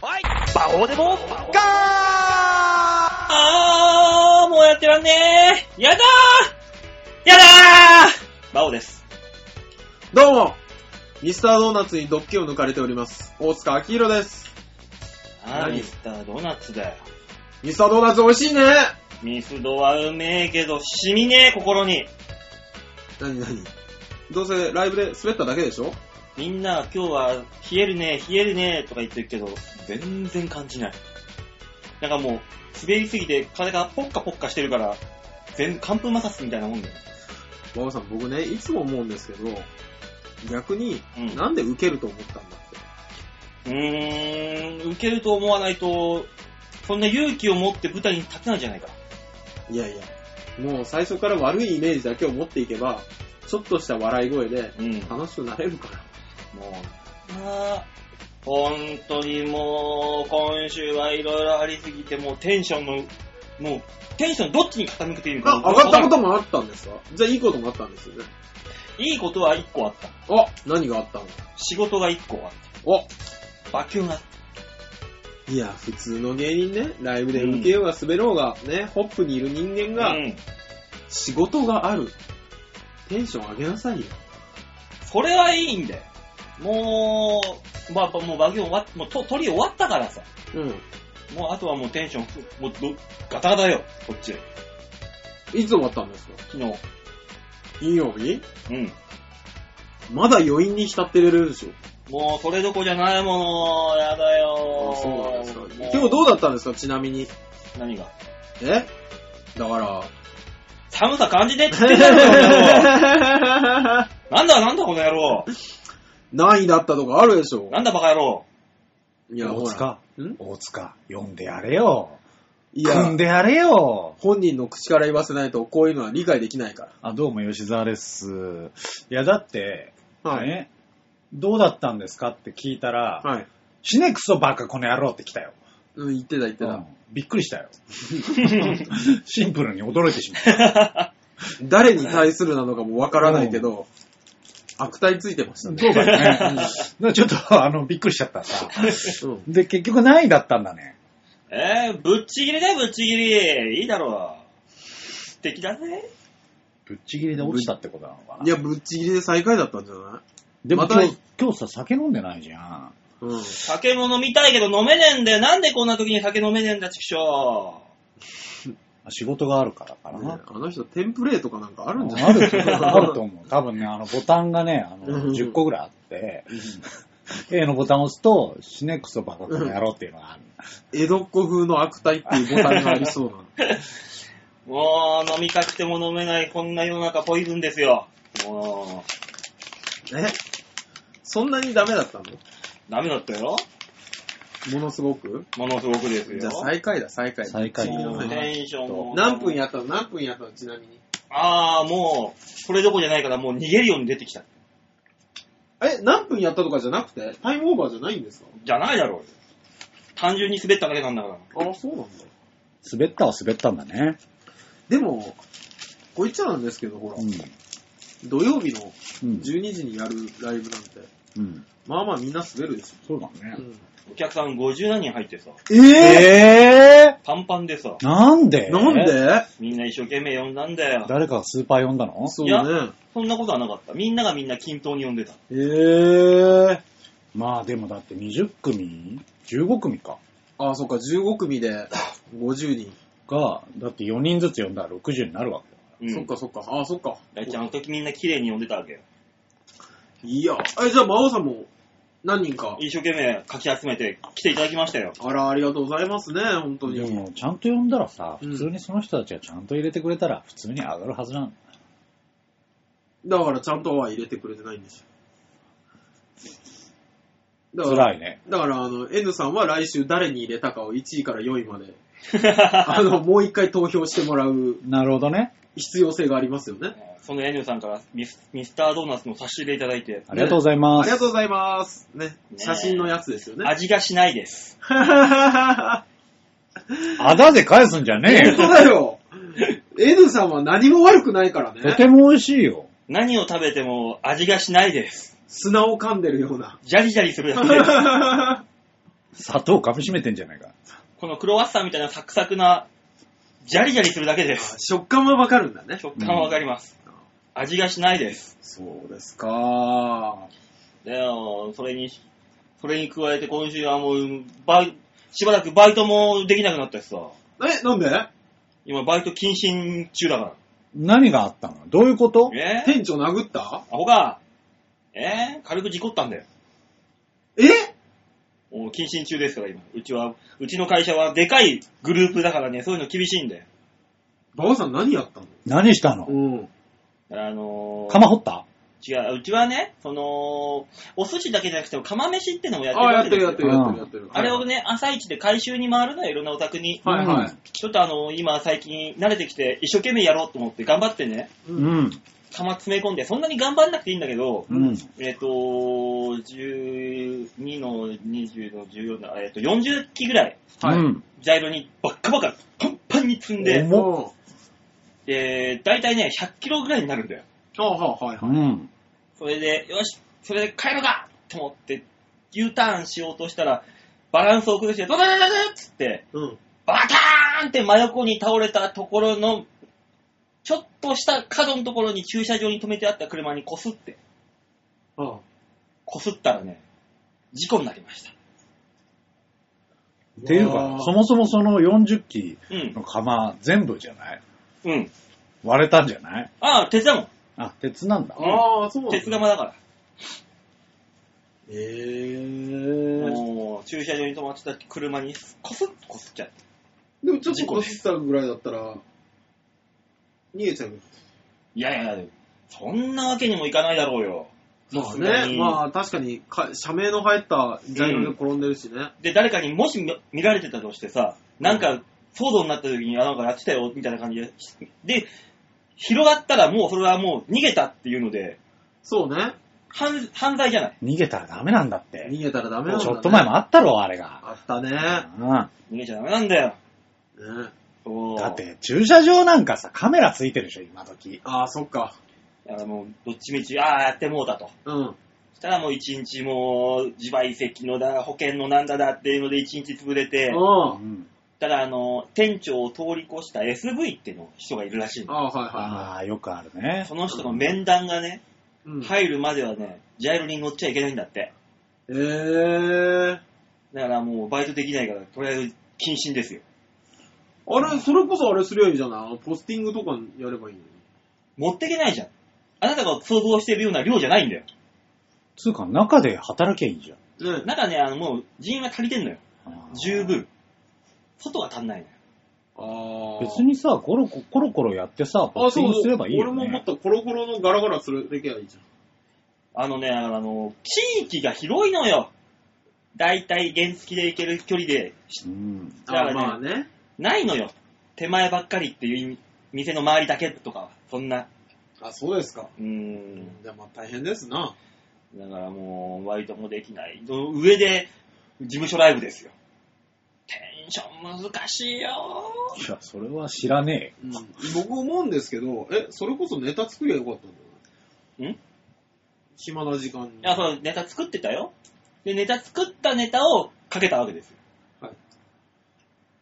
こうでも、ガあー、もうやってらんねー。やだーやだーバオです。どうもミスタードーナツにドッキを抜かれております。大塚明宏です。あー、何ミスタードーナツだよ。ミスタードーナツ美味しいねミスドはうめえけど、染みねえ、心に。なになにどうせライブで滑っただけでしょみんな、今日は、冷えるね、冷えるね、とか言ってるけど、全然感じない。なんかもう、滑りすぎて、風がポッカポッカしてるから、全、寒風摩擦みたいなもんだよ。馬場さん、僕ね、いつも思うんですけど、逆に、うん。うなんで受けると思ったんだって。ーん、受けると思わないと、そんな勇気を持って舞台に立てないんじゃないか。いやいや、もう最初から悪いイメージだけを持っていけば、ちょっとした笑い声でうん。楽しくなれるから。もう、まあ、本当にもう、今週はいろいろありすぎて、もうテンションの、もう、テンションどっちに傾けていいのか。あ、上がったこともあったんですかじゃあいいこともあったんですよね。いいことは一個あった。あ、何があったの仕事が一個あっおた。バキュンがあっいや、普通の芸人ね、ライブで受けようが滑ろうが、ね、ホップにいる人間た。が、うん。仕事がある。テンション上げなさいよ。それはいいんだよ。もう、まあ、もうバキュン終わっ、もうと取り終わったからさ。うん。もうあとはもうテンション、もうどガタガタよ、こっち。いつ終わったんですか昨日。金曜日うん。まだ余韻に浸ってれるでしょ。もうそれどこじゃないもの。やだよ。そうなんですか。も今日どうだったんですかちなみに。何がえだから、寒さ感じねえって言ってんだよ、この 野郎なんだなんだこの野郎何位だったとかあるでしょなんだバカ野郎いや、大ほら。塚、ん大塚、読んでやれよ。い読やん、でやれよ。本人の口から言わせないと、こういうのは理解できないかあ、どうも吉沢です。いや、だって、ら。はい。ね、どうだったんですかって聞いたら、はい。死ねくそバカこの野郎って来たよ。うん、言ってた言ってうた。んびっく りしたよ。シンプルに驚いてしまった。誰に対するなのかもわからないけど、悪態ついてましたね。そうだよね。だ からちょっと、あの、びっくりしちゃったさ。うんで、結局何位だったんだね。えー、ぶっちぎりだよ、ぶっちぎり。いいだろ素敵だぜ。ぶっちぎりで落ちたってことなのかないや、ぶっちぎりで最下位だったんじゃないでもま今た日、今日さ、酒飲んでないじゃん。うん。酒も飲みたいけど飲めねえんだよ。なんでこんな時に酒飲めねえんだ、ちくしょ仕事があるからかねな。あの人、テンプレートかなんかああるんじゃないると思う。あると思 う。多分ね、あの、ボタンがね、あうんの、10個ぐらいあって、A のボタンを押すと、死ねくそバカこの野郎っていうのがある。江戸っ子風の悪態っていうボタンがありそうな。う。もう、飲みたくても飲めない、こんな世の中ポイズンですよ。もう、 えそんなにダメだったのダメだったよ。ものすごくものすごくですよ。じゃあ最下位だ、最下位。最下位もうテンションも。何分やったの何分やったのちなみに。ああ、もう、これどこじゃないからもう逃げるように出てきた。え、何分やったとかじゃなくてタイムオーバーじゃないんですかじゃないだろうよ。単純に滑っただけなんだから。あ、そうなんだ。滑ったは滑ったんだね。でも、こいつらなんですけど、ほらう、ん。土曜日のうん。 12時にやるライブなんて、うん。まあまあみんな滑るでしそうだょ。ね。お客さん50何人入ってさ、ええパンパンでさ、ーなんでなんでみんな一生懸命呼んだんだよ。誰かがスーパー呼んだのそいやうね。そんなことはなかった。みんながみんな均等に呼んでた。えー。まあでもだって20組 ?15 組か。あ、そっか、15組で50人。が、だって4人ずつ呼んだら60になるわけうだん。そっかそっか。あ、そっか。大ちゃん、あの時みんな綺麗に呼んでたわけよ。いや、え、じゃあ、魔王さんも何人か。一生懸命かき集めて来ていただきましたよ。 あら、ありがとうございますね、本当でに。も、ちゃんと呼んだらさ、うん普通にその人たちがちゃんと入れてくれたら、普通に上がるはずなんだ。だから、ちゃんとは入れてくれてないんでしょ。だから、辛いね。だから、あの、N さんは来週誰に入れたかを1位から4位まで、あの、もう一回投票してもらうなるほどね。必要性がありますよね。そのエニューさんからミスミスタードーナツの差し入れいただいて、ありがとうございまあす。りがとうございます。ね、え写真のやつですよね。味がしないです。 あだで返すんじゃね本え当よ。だ よ。N さんは何も悪くないからとね。ても美味しいよ。何を食べても味がしないです。砂を噛んでるような。ジャリジャリするだけです。砂糖かみしめてんじゃないか。このクロワッサンみたいなサクサクな、ジャリジャリするだけです。 食感はわかるんだね。食感はわかります。味がしないです。そうですか。で、あのそれに、それに加えて今週はもう、バイ、しばらくバイトもできなくなったしさ。え、なんで今バイト謹慎中だか何があったのどういうことら。えー、店長殴ったアホか。えー、軽く事故ったんだよ。えもう謹慎中ですから今。うちは、うちの会社はでかいグループだからね、そういうの厳しいんで。馬場さん何やったの何したのうん。あのー、釜掘った違う、うちはね、その、お寿司だけじゃなくても釜飯ってのもやってるあ、わやけっでてするよ。やってるやってるやってる。あれをね、朝一で回収に回るのよ、いろんなお宅に。はいはちょっとあの、今最近慣れてきて、一生懸命やろうと思って頑張ってね、い。ううん。ん。釜詰め込んで、そんなに頑張んなくていいんだけど、うん。えっ、と、12の20の14の、えっ、と、40機ぐらい、はいうん。ジャイロにバッカバカ、パンパンに積んで、もえー、大体ね、100キロぐらいになるんだよ。う、あははいはうい。ん。それで、よし、それで帰ろうかと思って、U ターンしようとしたら、バランスを崩して、ドドドドドっつって、うん。バターンって真横に倒れたところの、ちょっとした角のところに駐車場に止めてあった車にこすって、あこすったらね、事故になりました。っていうか、そもそもその40機うん。の釜全部じゃないうん。割れたんじゃないああ、鉄だもん。あ、鉄なんだ。ああ、そうなんだ鉄釜だかえら。ー。もう、駐車場に止まってた車に、こすっこすっちゃって。でもちょっとこすったぐらいだったら、逃げちゃう。いやいやいや、そんなわけにもいかないだろうよ。まさあすがね、にまあ確かにか、社名の入ったジャイロで転んでるしね。で、誰かにもし見見られてたとしてさ、なんか、騒動になった時に、あ、なんかやってたよ、みたいな感じで、で、広がったらもうそれはもう逃げたっていうので、そうね。犯犯罪じゃない。逃げたらダメなんだって。逃げたらダメなんだ、ね。ちょっと前。もあったろ、あれが。あったね。う逃げちゃダメなんだよ。ねそん。うだっ。て、駐車場なんかさ、カメラついてるでしょ、今時。ああ、そっか。だからもう、どっちみち、ああ、やってもうだと。うん。そしたらもう一日もう、自賠責のだ、保険のなんだだっていうので一日潰れて、うあん。ただあの、店長を通り越した SV っていうの人がいるらしいの。あ、はいはいはああ、よくあるねそ。の人の面談がね、い。うん、い。入るまではね、ジャイロに乗っちゃいけないんだって。えー。だからもうバイトできないから、とりあえず謹慎ですよ。あれ、それこそあれすりゃいいじゃないあのポスティングとかやればいいのに。持ってけないじゃん。あなたが想像してるような量じゃないんだよ。つうか、中で働けばいいじゃん。ねなんかね、あのもう人員は足りてんのよ。十。分。外が足んないのよ。ああ。別にさ、コロココロコロやってさ、ポあ、ッテそィンうグすればいいよ、ね。俺ももっとコロコロのガラガラするだけはいいじあのね、あの、地域が広いのよ。だいたい原付で行ける距離で、うん。ゃだからん。ねあまあね。ないのよ。手前ばっかりっていう意味店の周りだけとか、そんな。あ、そうですか。うーん。でも大変ですな。だからもう、バイトもできない。の上で、事務所ライブですよ。テンション難しいよー。いや、それは知らねえよ。うん、僕思うんですけど、え、それこそネタ作りゃよかったんだよ。ん暇な時間に。いや、そう、ネタ作ってたよ。で、ネタ作ったネタをかけたわけですよ。はい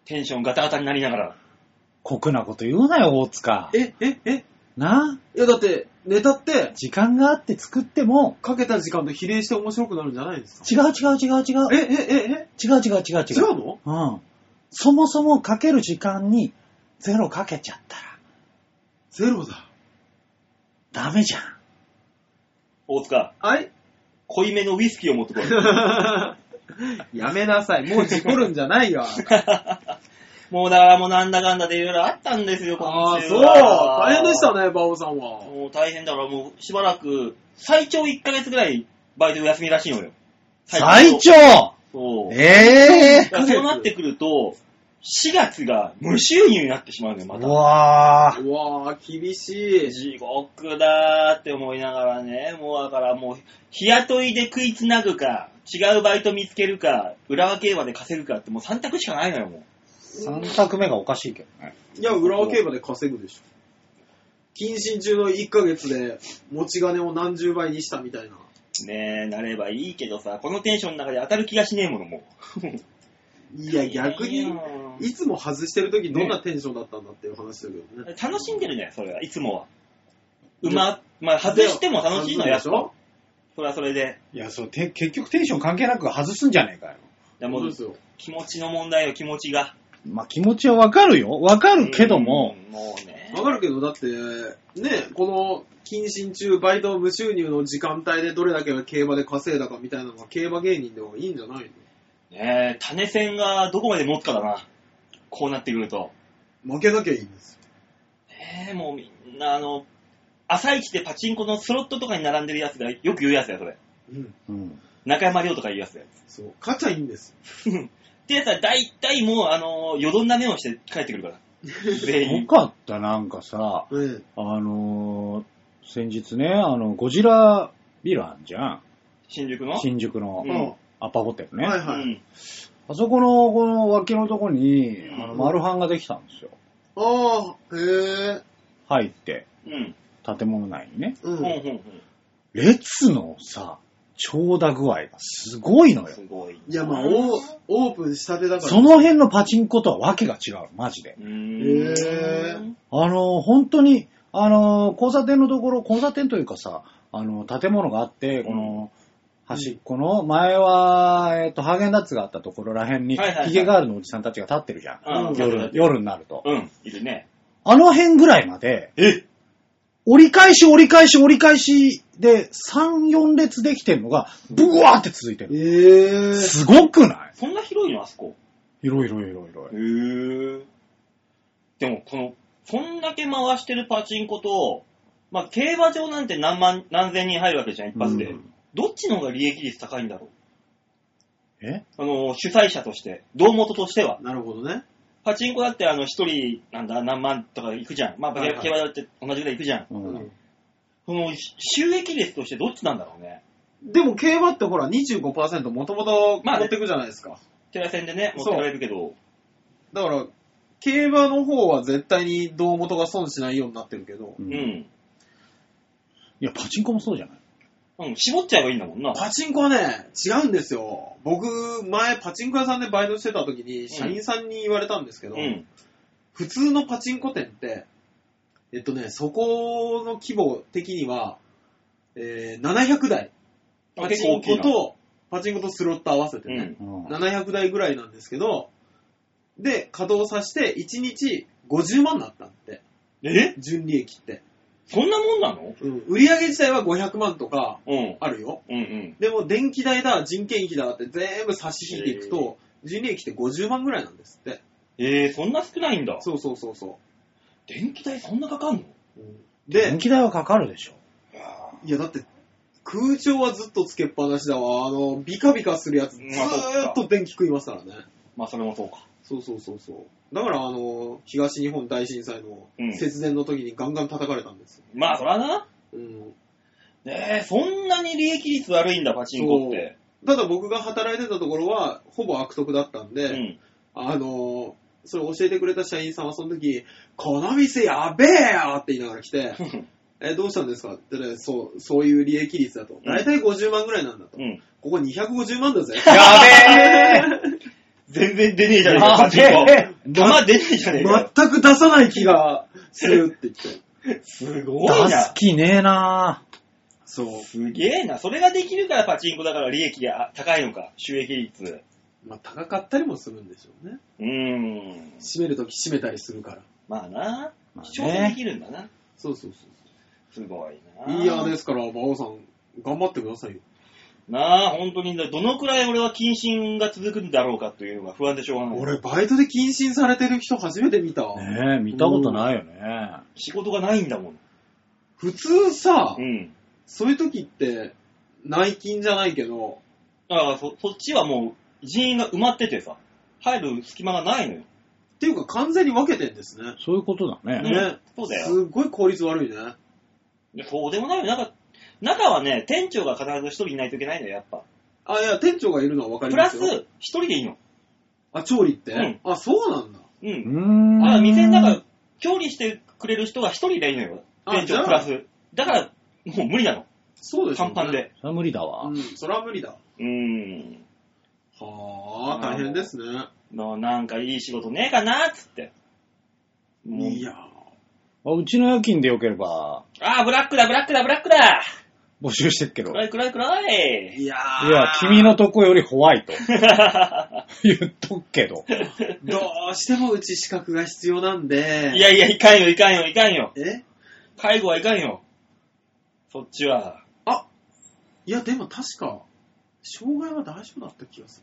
テンションガタガタになりながら。酷なこと言うなよ、大塚。え、え、え、ないやだって、ネタって、時間があって作っても、かけた時間と比例して面白くなるんじゃないんですか違う違う違う違う。え、え、え、え、違う違う違う違違う。うのうん。そもそもかける時間にゼロかけちゃったゼロだ。らダメじゃん。大塚、はい 濃いめのウイスキーを持ってこい。やめなさい。もう事故るんじゃない よ。もうだからもうなんだかんだでいろいろあったんですよ、今ああ、週そう。は大変でした。ね、バオさんは。もう大変だからもうしばらく、最長1ヶ月ぐらいバイトお休みらしいのよ。最長そう。ええだからそうなってくると、4月が無収入になってしまうのよ、まー、たう。わー。うわー、厳しい。地獄だーって思いながらね、もうだからもう、日雇いで食いつなぐか、違うバイト見つけるか、浦和競馬で稼ぐかってもう3択しかないのよ、も三択目がおかしいけどね。いや、浦和競馬で稼ぐでしょ。謹慎中の1ヶ月で持ち金を何十倍にしたみたいな。う。ねえ、なればいいけどさ、このテンションの中で当たる気がしねえもの、もう。いや、逆いいに、よいつも外してる時どんなテンションだったんだっていう話だけどね。楽しんでるんじゃないそれはいつもは。うま、まあ、外しても楽しいのやっでしぱ。ょそれはそれで。いや、そう、て結局テンション関係なく外すんじゃねえかよ。いやもそううですよ。気持ちの問題よ、気持ちが。まあ、気持ちはわかるよ。わかあるけども、。もうね。わかるけど、だって、ね、この、謹慎中、バイト無収入の時間帯でどれだけ競馬で稼いだかみたいなのが競馬芸人でもいいんじゃないねえ、種線がどこまで持つかだな。こうなってくると。の負けなきゃいいんですねえ、もうみんな、あの、朝一でパチンコのスロットとかに並んでるやつがよく言うやつだよ、それ。よ。うん。うん。中山亮とか言うや つだよ。そう。勝ちゃいいんですってやつは大体もう、あの、よどんだ目をして帰ってく るから。全よ員。かった、なんかさ、よ。うん。あのー先日ね、あの、ゴジラヴィランじゃん。新宿の新宿のうんアパホテルね。はいうはい。ん。あそこの、この脇のとこに、あの、うんマルハンができたんですよ。ああ、へえ。入って、うん。建物内にね。う。うん。うんん。列のさ、長蛇具合がすごいのうん。よす。ごい。いや、まあ、オーオープンしたてだから。その辺のパチンコとはわけが違う、マジで。へへーあの、本当に、あの、交差点のところ、交差点というかさ、あの、建物があって、この、端っこの、前は、えっと、ハーゲンダッツがあったところらへんにはいはいは、いヒゲガールのおじさんたちが立ってるじゃん。うん。夜、夜になると。うん。いるね。あの辺ぐらいまで、え折り返し折り返し折り返しで、3、4列できてんのが、ブワーって続いてる。ええ。すごくないそんな広いのあそこ。広い広い広い広へい。ーでも、この、そんだけ回してるパチンコと、まあ、競馬場なんて何万、何千人入るわけじゃん、一発で。うんどっちの方が利益率高いんだろえう。あの、主催者として、堂元としては。なるほどね。パチンコだって、あの、一人、なんだ、何万とか行くじゃん。まあ、はいはい競馬だって同じぐらい行くじゃん。ううんん。その、収益率としてどっちなんだろうね。でも競馬ってほら25%もともとまあ持ってくじゃないですか。テラ戦でね、持ってかれるけど。だから、競馬の方は絶対に胴元が損しないようになってるけど、ううんいん。や、パチンコもそうじゃないうん、絞っちゃえばいいんだもんな。パチンコはね、違うんですよ。僕、前パチンコ屋さんでバイトしてた時に、社員さんに言われたんですけうど、ん。普通のパチンコ店って、えっとね、そこの規模的には、えー、700台。パ結チ構大ンきコいな。と、パチンコとスロット合わせてうね。ん。うん700台ぐらいなんですけど、で、稼働させて1日50万だったんで、え純利益って。そんなもんなのうん、売り上げ自体は500万とかうん。あるよ。うんうん。でも電気代だ、人件費だって全部差し引いていくと、純利益って50万ぐらいなんですって。えー、そんな少ないんだ。そうそうそうそ電気代そんなかかんのう。うん電で、気代はかかるでしょ。いやだって、空調はずっとつけっぱなしだわ。あの、ビカビカするやつ、ずまあそっかーっと電気食いますからね。まあ、それもそうか。そうそうそうそう。だからあの、東日本大震災のうん節電の時にガンガン叩かれたんですよ。まあ、そらな。うん。ねえ、そんなに利益率悪いんだ、パチンコって。ただ僕が働いてたところは、ほぼ悪徳だったんで、うん。あの、それ教えてくれた社員さんはその時、この店やべえよって言いながら 来て、え、どうしたんですかって言ったら、そう、そういう利益率だと。んだいたい50万ぐらいなんだと。うん。ここ250万だぜ。やべ全然出ねえじゃねえか、やパチンコ。べえ玉出ねえじゃねえか。全く出さない気がするって言って。 すごい出すな。気ねえなそう。すげえな。それができるからパチンコだから利益が高いのか、収益率。まあ、高かったりもするんでしょうね。うーん。閉めるとき閉めたりするから。まあな。まあね主張できるんだな。そうそうそう。すごいな。いや、ですから、馬王さん、頑張ってくださいよ。なあ、本当に、どのくらい俺は謹慎が続くんだろうかというのが不安でしょうがない。俺、バイトで謹慎されてる人初めて見た。ねえ、見たことないよね。仕事がないんだもん。普通さ、うん。そういう時って、内勤じゃないけど、だからそ、そっちはもう人員が埋まっててさ、入る隙間がないのよ。っていうか完全に分けてんですね。そういうことだね。ね。そうだよ。すっごい効率悪いね。でそうでもないよ。なんか、中はね、店長が必ず一人いないといけないのよ、やっぱ。あ、いや、店長がいるのは分かりプまラすス、よ。一人でいいの。あ、調理って、うんあ、そうなんだ。う。うんーん。あ、店の中、調理してくれる人が一人でいいのよ。あ店じゃ長あプラス。だから、もう無理なの。そうでしょ、パンパン。で。それは無理だわ。うん、それは無理だ。うーん。はあ、大変ですね。の、なんかいい仕事ねえかなっつって。もういやあうちの夜勤でよければああ、ブラックだ、ブラックだ、ブラックだ募集してるけど。暗いい暗い暗ーいいやーや、君のと こよりホワイト。言っとくけど。どうしてもうち資格が必要なん で。いやいや、いかんよ、いかんよ、いかんよ。え介護はいかんよ。そっちは。あいや、でも確か、障害は大丈夫だった気がす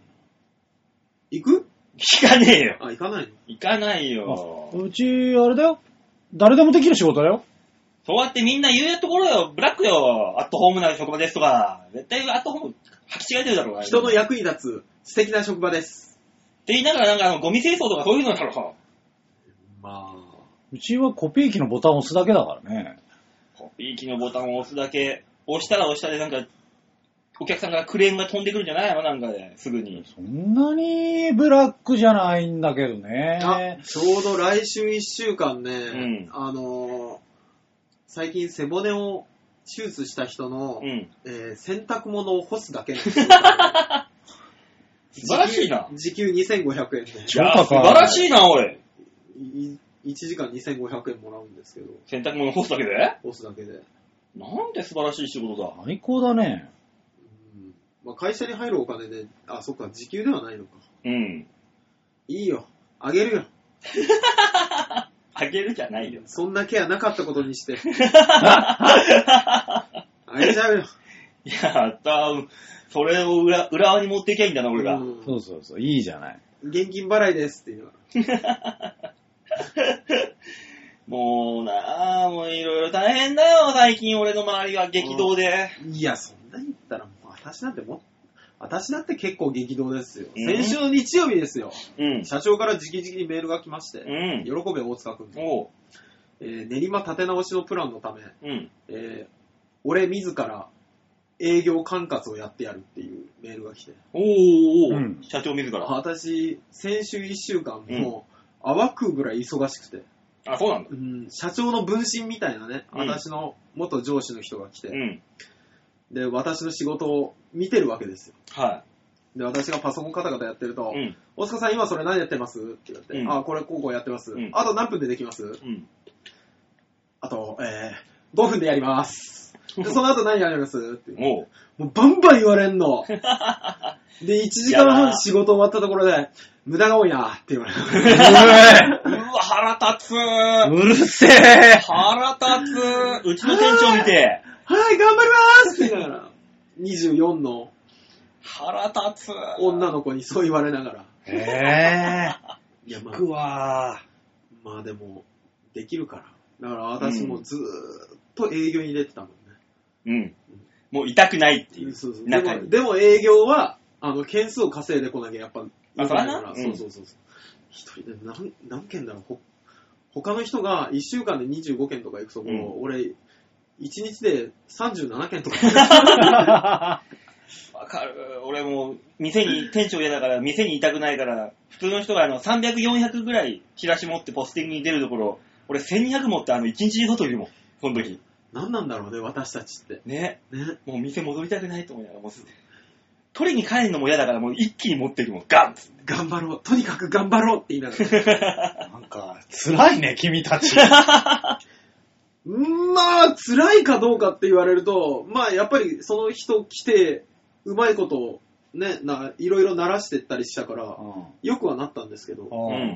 るな。行く聞かねえよ。あ、行かないの行かないあよ。うち、あれだよ。誰でもできる仕事だよ。そうやってみんな言うところよ、ブラックよ、アットホームな職場ですとか、絶対アットホーム履き違えてるだろうが人のっ役に立つ素敵な職場です。て言いながら、なんかあのゴミ清掃とかそういうのだろ。まうちはコピー機のボタンを押すだけだからね。コピー機のボタンを押すだけ、押したら押したでなんか、お客さんからクレームが飛んでくるんじゃないのなんかで、すぐに。そんなにブラックじゃないんだけどあね、。ちょうど来週1週間ね、んあのー最近背骨を手術した人の、うん。えー洗濯物を干 すだけの素晴らしいな。時給時給2500円いで、超や、高い素晴らしいな、おい。い1時間2500円もらうんですけど、洗濯物干すだけで干すだけで。なんて素晴らしい仕事だ。最高だね。うんまあ、会社に入るお金で、あ、そっか、時給ではないのか。うん。いいよ。あげるよ。あげるじゃないよ。 そんなケアなかったことにして。あげちゃうよ。いや、たそれを裏裏側に持っていきゃいいんだな、俺が。うんそうそうそう、いいじゃない。現金払いですっていうのは。もうなあ、もういろいろ大変だよ、最近俺の周りは激動で。いや、そんなに言ったら、もう私なんてもう、私だって結構激動ですよ。うん先週の日曜日で すよ。うん。社長から直々にメールが来まして、うん喜。べ大塚君、おう。えー練馬立て直しのプランのため、うん。えー俺自ら営業管轄をやってやるっていうメールが来て、おうおうおう、うん社長自ら。私、先週1週間もう、泡食うぐらい忙しくて、あ、そうなんだ。うん、社長の分身みたいなね、うん私の元上司の人が来て、うん。で、私の仕事を見てるわけですよ。はで、私がパソコンカタカタやってると、い。うん。大塚さん今それ何やってますって言われて、うんあ、これ高校やってます、うんあと何分でできますうん。あと、えー、5分でやります。 でその後何やりますって。おう。もうバンバン言われ んの。で、1時間半仕事終わったところで、無駄が多いなって言われる。 うえうわ、腹立つーうるせえ腹立つーうちの店長見て、はい、頑張りますって言いながら、24の腹立つー女の子にそう言われながら。えいや、まあく、わまあでも、できるから。だから私もずーっと営業に出てたもんね。ーうん。もう痛くないっていう。そうそうで中もに。でも営業は、あの、件数を稼いでこなきゃやっぱ、あそらなそうそうそうそう。一、人で何、何件だろうほ他の人が1週間で25件とか行くところ、う俺、1日で37件 とか。 わかる。俺もう、店に、店長嫌だから、店にいたくないから、普通の人があの、300、400ぐらい、チラシ持ってポスティングに出るところ、俺1200持ってあの、1日外いるもん。その時。何なんだろうね、私たちって。ね。ね。もう店戻りたくないと思いながら、もうすぐ取りに帰るのも嫌だから、もう一気に持っていくもん。ガンッ頑張ろう。とにかく頑張ろうって言いながら。なんか、辛いね、君たち。うんまあ、辛いかどうかって言われると、まあ、やっぱりその人来て、うまいこと、ね、な、いろいろ鳴らしてったりしたから、よくはなったんですけど、ううんうん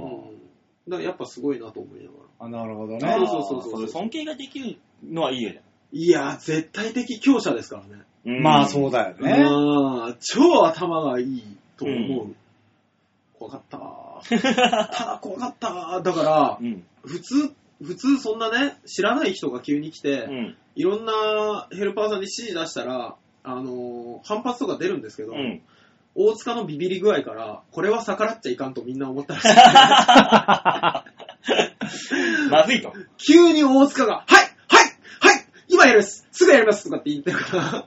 だからやっぱすごいなと思いながら。あなるほどあねー。そうそうそうそうれ尊敬ができるのはいいよね。いやー、絶対的強者ですからね。まあそうだ。だよね。まあ、超頭がいいと思う。怖かったー。ただ怖かったー。だからう、ん。普通、普通そんなね、知らない人が急に来て、うん。いろんなヘルパーさんに指示出したら、あのー反発とか出るんですけど、うん。 大塚のビビり具合から、これは逆らっちゃいかんとみんな思ったらしい。 まずいと。急に大塚が、はいはいはい今やりますすぐやりますとかって言って るから、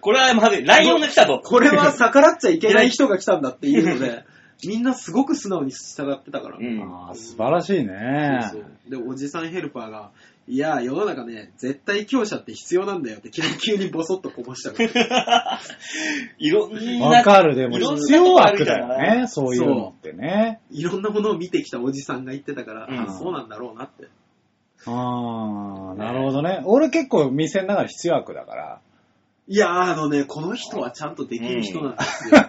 これはまずい。ライオンが来たと。 これは逆らっちゃいけない人が来たんだっていうので、みんなすごく素直に従ってたから。うん。ああ、素晴らしいね。そうそうで、おじさんヘルパーが、いや、世の中ね、絶対強者って必要なんだよって、急にボソッとこぼし たから。いろんな。わかる、でもいろんな必要悪だよね、そういうのってね。いろんなものを見てきたおじさんが言ってたから、うんあそうなんだろうなって。ああ、なるほどね。俺結構店の中で必要悪だから、いや、あのね、この人はちゃんとできる人なんですよ。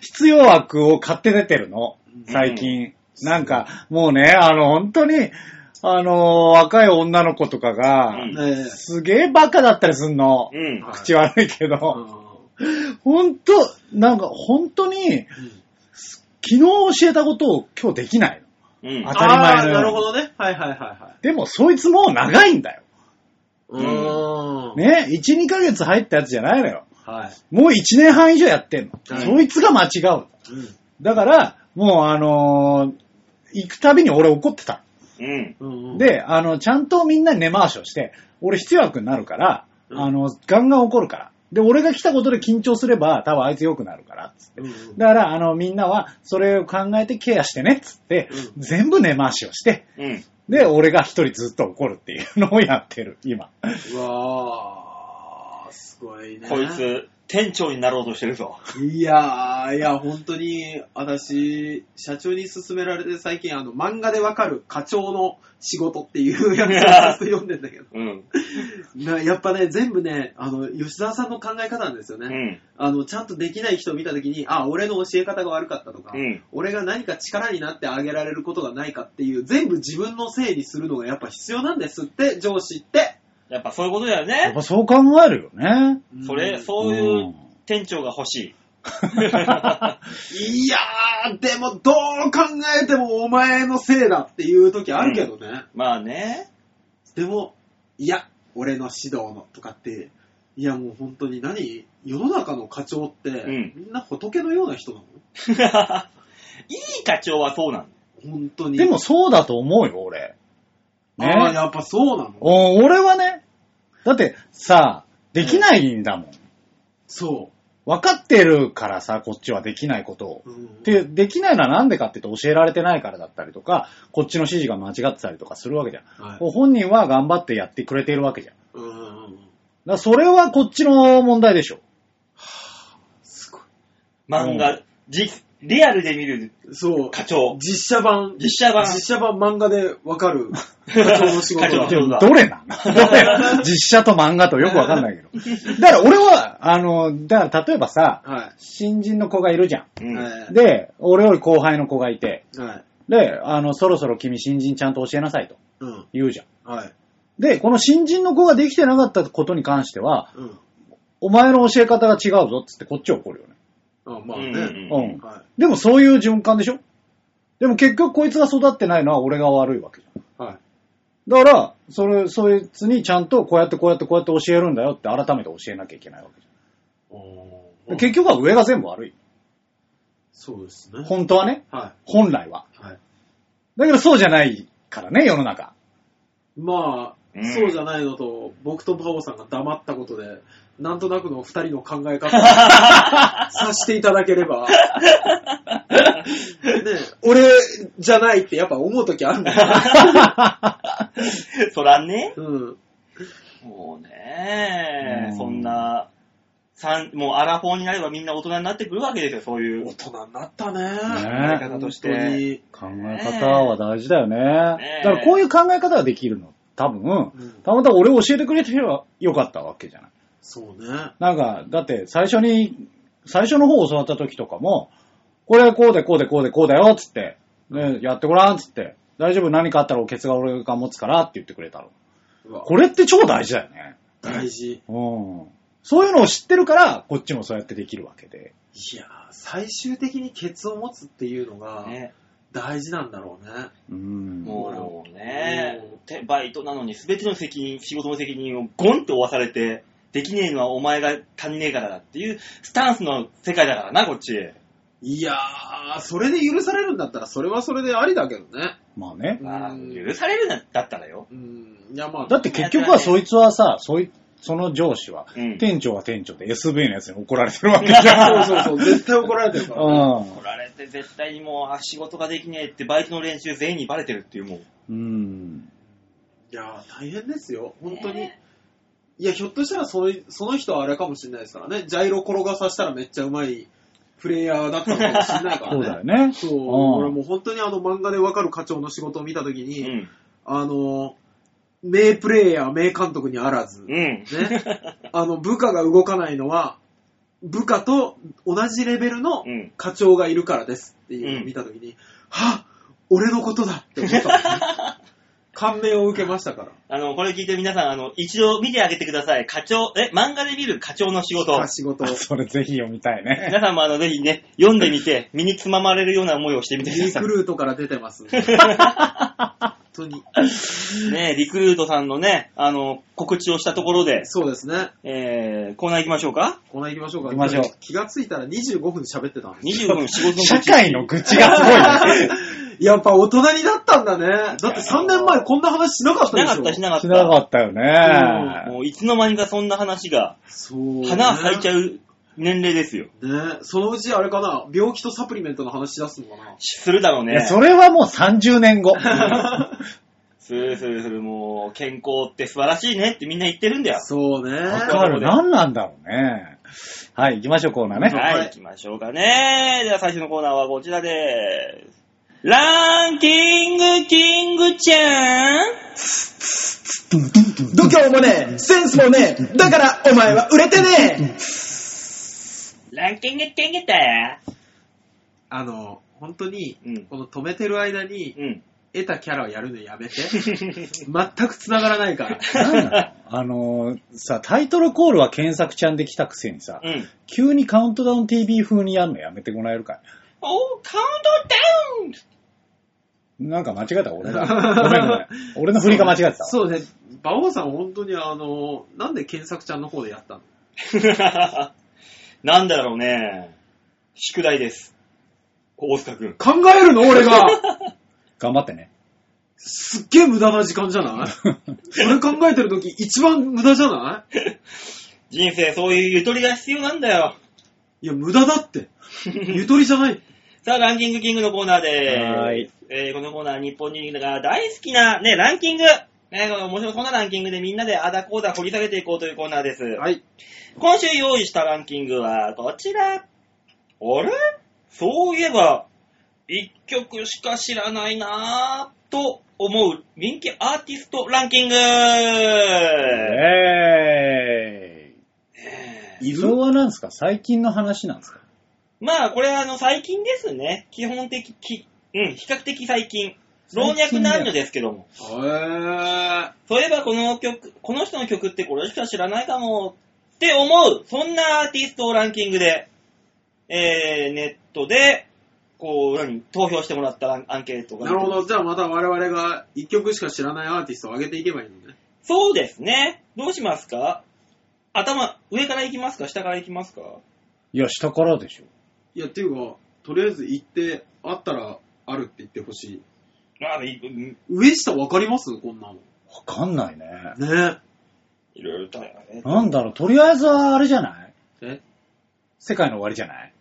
必要悪を買って出てるの、最近。なんか、もうね、あの、本当に、あの、若い女の子とかが、うんねえすげえバカだったりすんの。うん。はい口悪いけうど、ん本当なんか本当に、昨日教えたことを今日できないの。うん。当たり前のようにあーなるほどね。はいはいはいはい。でも、そいつもう長いんだよ。うーん。ね、1、2ヶ月入ったやつじゃないのよ。はい。もう1年半以上やってんの。はいそいつが間違う。だから、もうあのー行くたびに俺怒ってた。うん。うんうん、で、あの、ちゃんとみんなに根回しをして、俺必要悪になるから、うんあの、ガンガン怒るから。で、俺が来たことで緊張すれば、多分あいつ良くなるから、つってうんうんだから、あの、みんなは、それを考えてケアしてね、つって、う全部根回しをして、うん。で、俺が一人ずっと怒るっていうのをやってる、今。うわー、すごいね。こい。つ、店長になろうとしてるぞ。いやー、いや、本当に、私、社長に勧められて最近、あの、漫画でわかる課長の仕事っていうやつをずっと読んでんだけど。うん。なやっぱね、全部ね、あの、吉沢さんの考え方なんですよね。うん。あの、ちゃんとできない人を見たときに、あ、俺の教え方が悪かったとか、うん俺が何か力になってあげられることがないかっていう、全部自分のせいにするのがやっぱ必要なんですって、上司って。やっぱそういうことだよやっね。ぱそう考えるよね。それ、うそういう店長が欲しい。ん。いやー、でもどう考えてもお前のせいだっていう時あるけどね。まあね。 でも、いや、俺の指導のとかって、いやもう本当に何世の中の課長って、んみんな仏のような人なのいい課長はそうなん本当に。でもそうだと思うよ、俺。ねああ、やっぱそうなのお俺はね、だってさ、できないんだもん。そ分かってるからさ、こっちはできないことをう。。うんで、できないのはなんでかって言うと教えられてないからだったりとか、こっちの指示が間違ってたりとかするわけじゃん。はいこう本人は頑張ってやってくれているわけじゃん。だかうんうんうんらそれはこっちの問題でしょ。すごい。だ。漫画、じ、リアルで見るそう。課長。実写版。実写版実写版漫画でわか る。課長の仕事課長のが仕事。だどれなのどれ実写と漫画とよくわかんないけど。だから俺は、あの、だから例えばさ、は新人の子がいるじゃん。うい。ん。はい。で、俺より後輩の子がいて、はい。で、あの、そろそろ君新人ちゃんと教えなさいとうん。言うじゃん。はい。で、この新人の子ができてなかったことに関しては、うん。お前の教え方が違うぞっつってこっちは怒るよね。あまあうんうんね。ううんん。はでもそういう循環でしょでも結局こいつが育ってないのは俺が悪いわけじゃい。ん。はい。だから、それ、そいつにちゃんとこうやってこうやってこうやって教えるんだよって改めて教えなきゃいけないわけじおゃん。ー結局は上が全部悪い。そうですね。本当はね。は本来は。い。はい。だけどそうじゃないからね、世の中。まうあ、んそうじゃないのと、僕とパオさんが黙ったことで、なんとなくの二人の考え 方をさしていただければ、ねえ俺じゃないってやっぱ思う時あるんだ よね。そらね。うん。もうねう、んそんな、三もうアラフォーになればみんな大人になってくるわけですよ、そういう大。人になったね。ねえ考え方として。本当に考え方は大事だよね。だねえからこういう考え方ができるの、多分、うんたまたま俺を教えてくれてればよかったわけじゃない。そうね。なんか、だって最初に、最初の方を教わった時とかも、これこうでこうでこうでこうだよっつって、ね、やってごらんっつって、大丈夫何かあったらおケツが俺が持つからって言ってくれたの。うわこれって超大事だよね。大事。うん。そういうのを知ってるから、こっちもそうやってできるわけで。いやー最終的にケツを持つっていうのがね、大事なんだろうね。うん。もうねうん、てバイトなのに全ての責任、仕事の責任をゴンって負わされて、できねえのはお前が足りねえからだっていうスタンスの世界だからな、こっち。いやー、それで許されるんだったら、それはそれでありだけどね。まあね。まあ、うん許されるんだったらよ。うん。いや、まあ、だって結局はそいつはさ、そいその上司は、うん店長は店長で SV のやつに怒られてるわけじゃん。 そうそうそう、絶対怒られてるから。う怒ん。られって絶対にもう、あ、仕事ができねえって、バイトの練習全員にバレてるっていう、もう。うん。いやー、大変ですよ、本当に。いや、ひょっとしたらそういその人はあれかもしれないですからね。ジャイロ転がさせたらめっちゃうまいプレイヤーだったのかもしれないからね。そうだよね。そう、ん俺もう本当にあの漫画でわかる課長の仕事を見たときうに、ん。あの、名プレイヤー、名監督にあらず、ね、 うん。あの、部下が動かないのは、部下と同じレベルのうん。課長がいるからですっていうのを見たときに、はっ俺のことだって思ったもんね、感銘を受けましたから。あの、これ聞いて皆さん、あの、一度見てあげてください。課長、え、漫画で見る課長の仕事。仕事を。 それぜひ読みたいね。皆さんもあの、ぜひね、読んでみて、身につままれるような思いをしてみてくだリさクルートから出てますんで。本当に。い。ね、リクルートさんのね、あの、告知をしたところで、そうですね。えー、コーナー行きましょうか。コーナー行きましょうか。行きましょう気がついたら25分喋ってたんです25分仕事の社告知。会の愚痴がすごいね。やっぱ大人になったんだね。だって3年前こんな話しなかっしたでなしょかった、しなかっしなかた。ったよもね。ういつの間にかそんな話が、そう、花咲いちゃう。う年齢ですよ。ねそのうちあれかな、病気とサプリメントの話し出すのかな。するだろういね。や、それはもう30年後。するするする、もう、健康って素晴らしいねってみんな言ってるんだよ。そうね。わかる。何なんだろうね。はい、行きましょう、コーナーね。はい、はい行きましょうかね。では最初のコーナーはこちらです。ランキングキングちゃん 度胸もねえ、センスもねえ、だからお前は売れてねえランキングキングだよ。あの、本当に、うん。この止めてる間に うん。得たキャラをやるのやめて。 全く繋がらないから。なんだあのーさ、タイトルコールは検索ちゃんで来たくせにさ、うん。急にカウントダウン TV 風にやるのやめてもらえるかおー、カウントダいなんか間違えた、俺だ。ごめんごめん。俺の振りが間違えてたわ。そうね。馬王さん本当にあの、なんで検索ちゃんの方でやったのウン なんだろうね。宿題です。大塚くん。考えるの俺 が頑張ってね。すっげえ無駄な時間じゃない俺考えてる時一番無駄じゃない人生そういうゆとりが必要なんだよ。いや、無駄だって。ゆとりじゃない。さあ、ランキングキングのコーナーでーす。はーいえーこのコーナーは日本人が大好きな、ね、ランキング。ね、この面白そうなランキングでみんなであだこうだ掘り下げていこうというコーナーです。はい。今週用意したランキングはこちら。あれそういえば、一曲しか知らないなぁ、と思う人気アーティストランキング、えーいい。それるは何ですか最近の話なんですかまあ、これはあの、最近ですね。基本的、きうん、比較的最近。老若男女ですけども。へそういえばこの曲、この人の曲ってこれしか知らないかもって思う、そんなアーティストをランキングで、えー、ネットで、こう、何、投票してもらったランアンケートー。が。なるほ。ど。じゃあまた我々が一曲しか知らないアーティストを上げていけばいいのね。そうですね。どうしますか頭、上から行きますか下から行きますかいや、下からでしょ。いや、っていうか、とりあえず行って、あったらあるって言ってほしい。まあ、いうん上下わかりますこんなの。わかんないね。ねいろいろと、えーなんだろう、とりあえずはあれじゃないえ。世界の終わりじゃない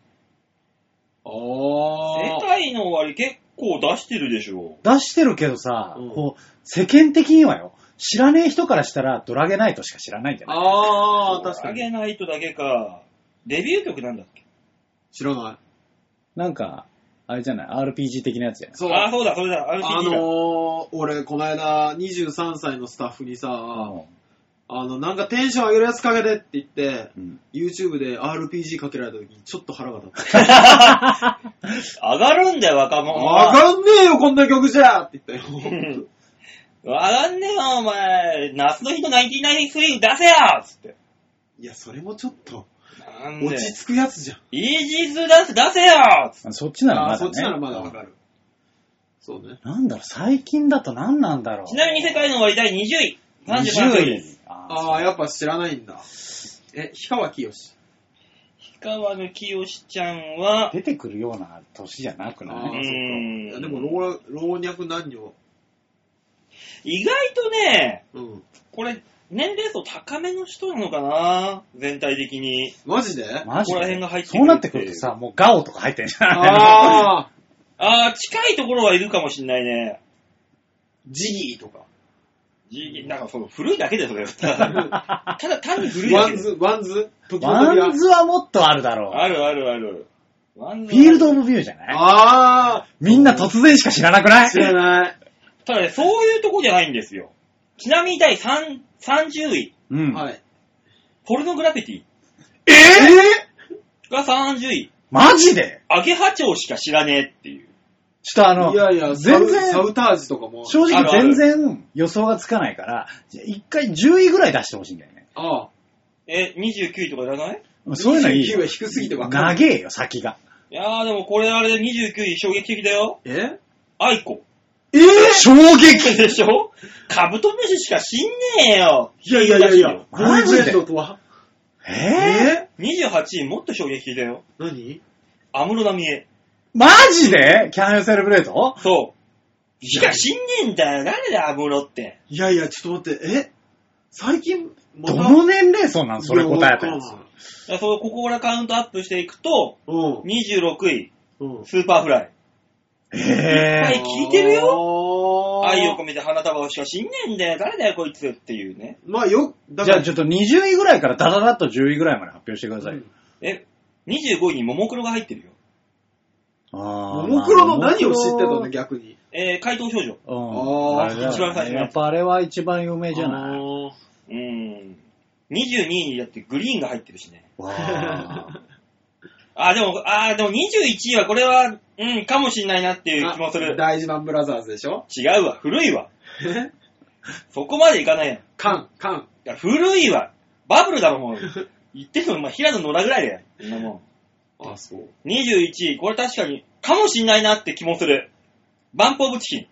あ世ー。界の終わり結構出してるでしょ。出してるけどさ、うんこう、世間的にはよ、知らねえ人からしたらドラゲナイトしか知らないんじゃないあー、確かあに。げないとだけか。デビュー曲なんだっけ知らない。なんか、あれじゃない ?RPG 的なやつじゃないそう。あ、あそうだ、それだ、RPG だ。のー、俺、この間、23歳のスタッフにさ、ああの、なんかテンション上げるやつかけてって言って、うん。 YouTube で RPG かけられた時にちょっと腹が立った。上がるんだよ、若者は。上がんねえよ、こんな曲じゃって言ったよ。わかんねえよ、お前。夏の日のナインティナインスリー出せよつって。いや、それもちょっと、なんで落ち着くやつじゃん。イージーズダンス出せよつって。そっちならあまだ、ね。ーそっちならまだわかる。そうね。なんだろう、最近だと何なんだろう。ちなみに世界の終わり第20位。37 20位で位す。。ああー、やっぱ知らないんだ。え、氷川きよし。氷川の清ちゃんは、出てくるような年じゃなくあなーいうんいやでも老若老若男女、意外とね、うん、これ、年齢層高めの人なのかな全体的に。マジでマジここら辺でが入ってくるそうなってくるとさ、もうガオとか入ってんじゃ ないああああ、近いところはいるかもしんないね。ジギーとか。じなんかその古いだけでそれ。 ただ単に古いだワけンで。ズ、ワンズ、時の扉ワンズはもっとあるだろあるあるある。ワンう。ズフィールドオブビューじゃないあみんな突然しか知らなくなあ知らいない。ただね、そういうとこじゃないんですよ。ちなみに第3 30位、うん。はい。ポルノグラフィティええが30位、マジでアゲハチョウしか知らねえっていう。ちょっとあの、いやいや、サ全ウサ然、ウタージとかも。正あ直るあ全る然予想がつかないから、一回10位ぐらい出してほしいんだよね。ああ。え、29位とかいらないそういうのいい29はよ。低すぎてわかんない。長えよ、先が。いやーでもこれあれで29位衝撃的だよ。えアイコ。え衝撃でしょカブトムシしか知んねえよ。いやいやいやいや、ボマーイジでフレンドとはえー、 28位もっと衝撃的だよ。何アムロナミエ。マジでキャンセルブレードそう。しか知んねえんだよ。誰だ、アムロって。いやいや、ちょっと待って、え最近、まどの年齢層なんそれ答えたやつ。だからそうここからカウントアップしていくと、う26位、ん。うん。スーパーフライ。えはい聞いてるよ愛を込めて花束をしか知んねえんだよ。誰だよ、こいつっていうね。まあよ、ー、だじかゃあら、ちょっと20位ぐらいからダダダッと10位ぐらいまで発表してください。うんえ、25位にももクロが入ってるよ。あもーもクロの何を知ってたのまあ逆に。えー、怪盗少女。うん。あーれだよね一番最初のやつやっぱあれは一番有名じゃあない。ーうーん。22位にだってグリーンが入ってるしね。わーあー、でも、あー、でも21位はこれは、うん、かもしんないなっていう気もすある。大事マンブラザーズでしょ違うわ、古いわ。えそこまでいかないや。いカン、カン。や古いわ。バブルだろ、もう。言ってんの、まあ、平野ノラぐらいだよ。そんなもん。あ、そう。 21位、これ確かに、かもしんないなって気もする。バンポーブチキン。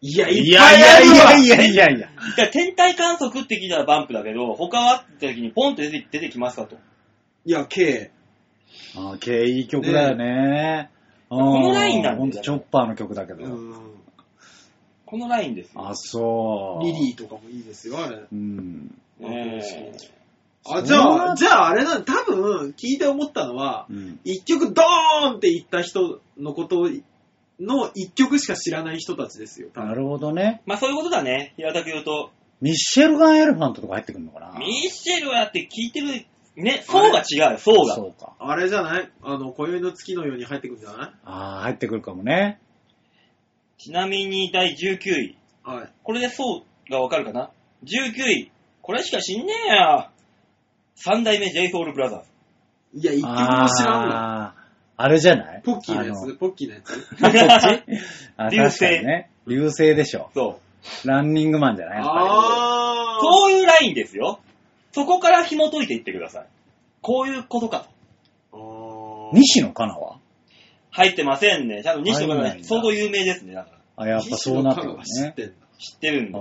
いや、いいっぱやいいあやるいわやいやいやいや。じゃあ天体観測って聞いたらバンプだけど、他はって時にポンって出て出てきますかと。いや、K。あー、K いい曲だよね。ここのラインなんだよチョッパーの曲だけうど。ん。このラインですよ。あ、そう。リリーとかもいいですよ、あれ。うん。ねえあ、じそんゃなあ、じゃああれな、多分、聞いて思ったのは、うん。一曲ドーンって言った人のことの一曲しか知らない人たちですよ。多な分るほどね。まあそういうことだね。平たく言うと。ミッシェルガン・エレファントとか入ってくるのかなミッシェルはだって聞いてる、ね、層が違うよ、層が。そうか。あれじゃないあの、今宵の月のように入ってくるんじゃなああ、入ってくるかもね。ちなみに第19位。いはい。これで層がわかるかな ?19 位。これしか知んねえよ。三代目 j s o u l b r o t h e r いや、一曲も知らんわ。あーあれじゃないポッキーのやあつ、ポッキーのやつ。 あ流星確かにね。流星でしょ。そう。ランニングマンじゃないやっぱあー。そういうラインですよ。そこから紐解いていってください。こういうことかと。あーり。西野カナは入ってませんね。ちゃんと西野入がらないねんだ相当有名ですね。だからあ、やっぱそうなってくる西野カナは知。っねてんだ知ってるんあ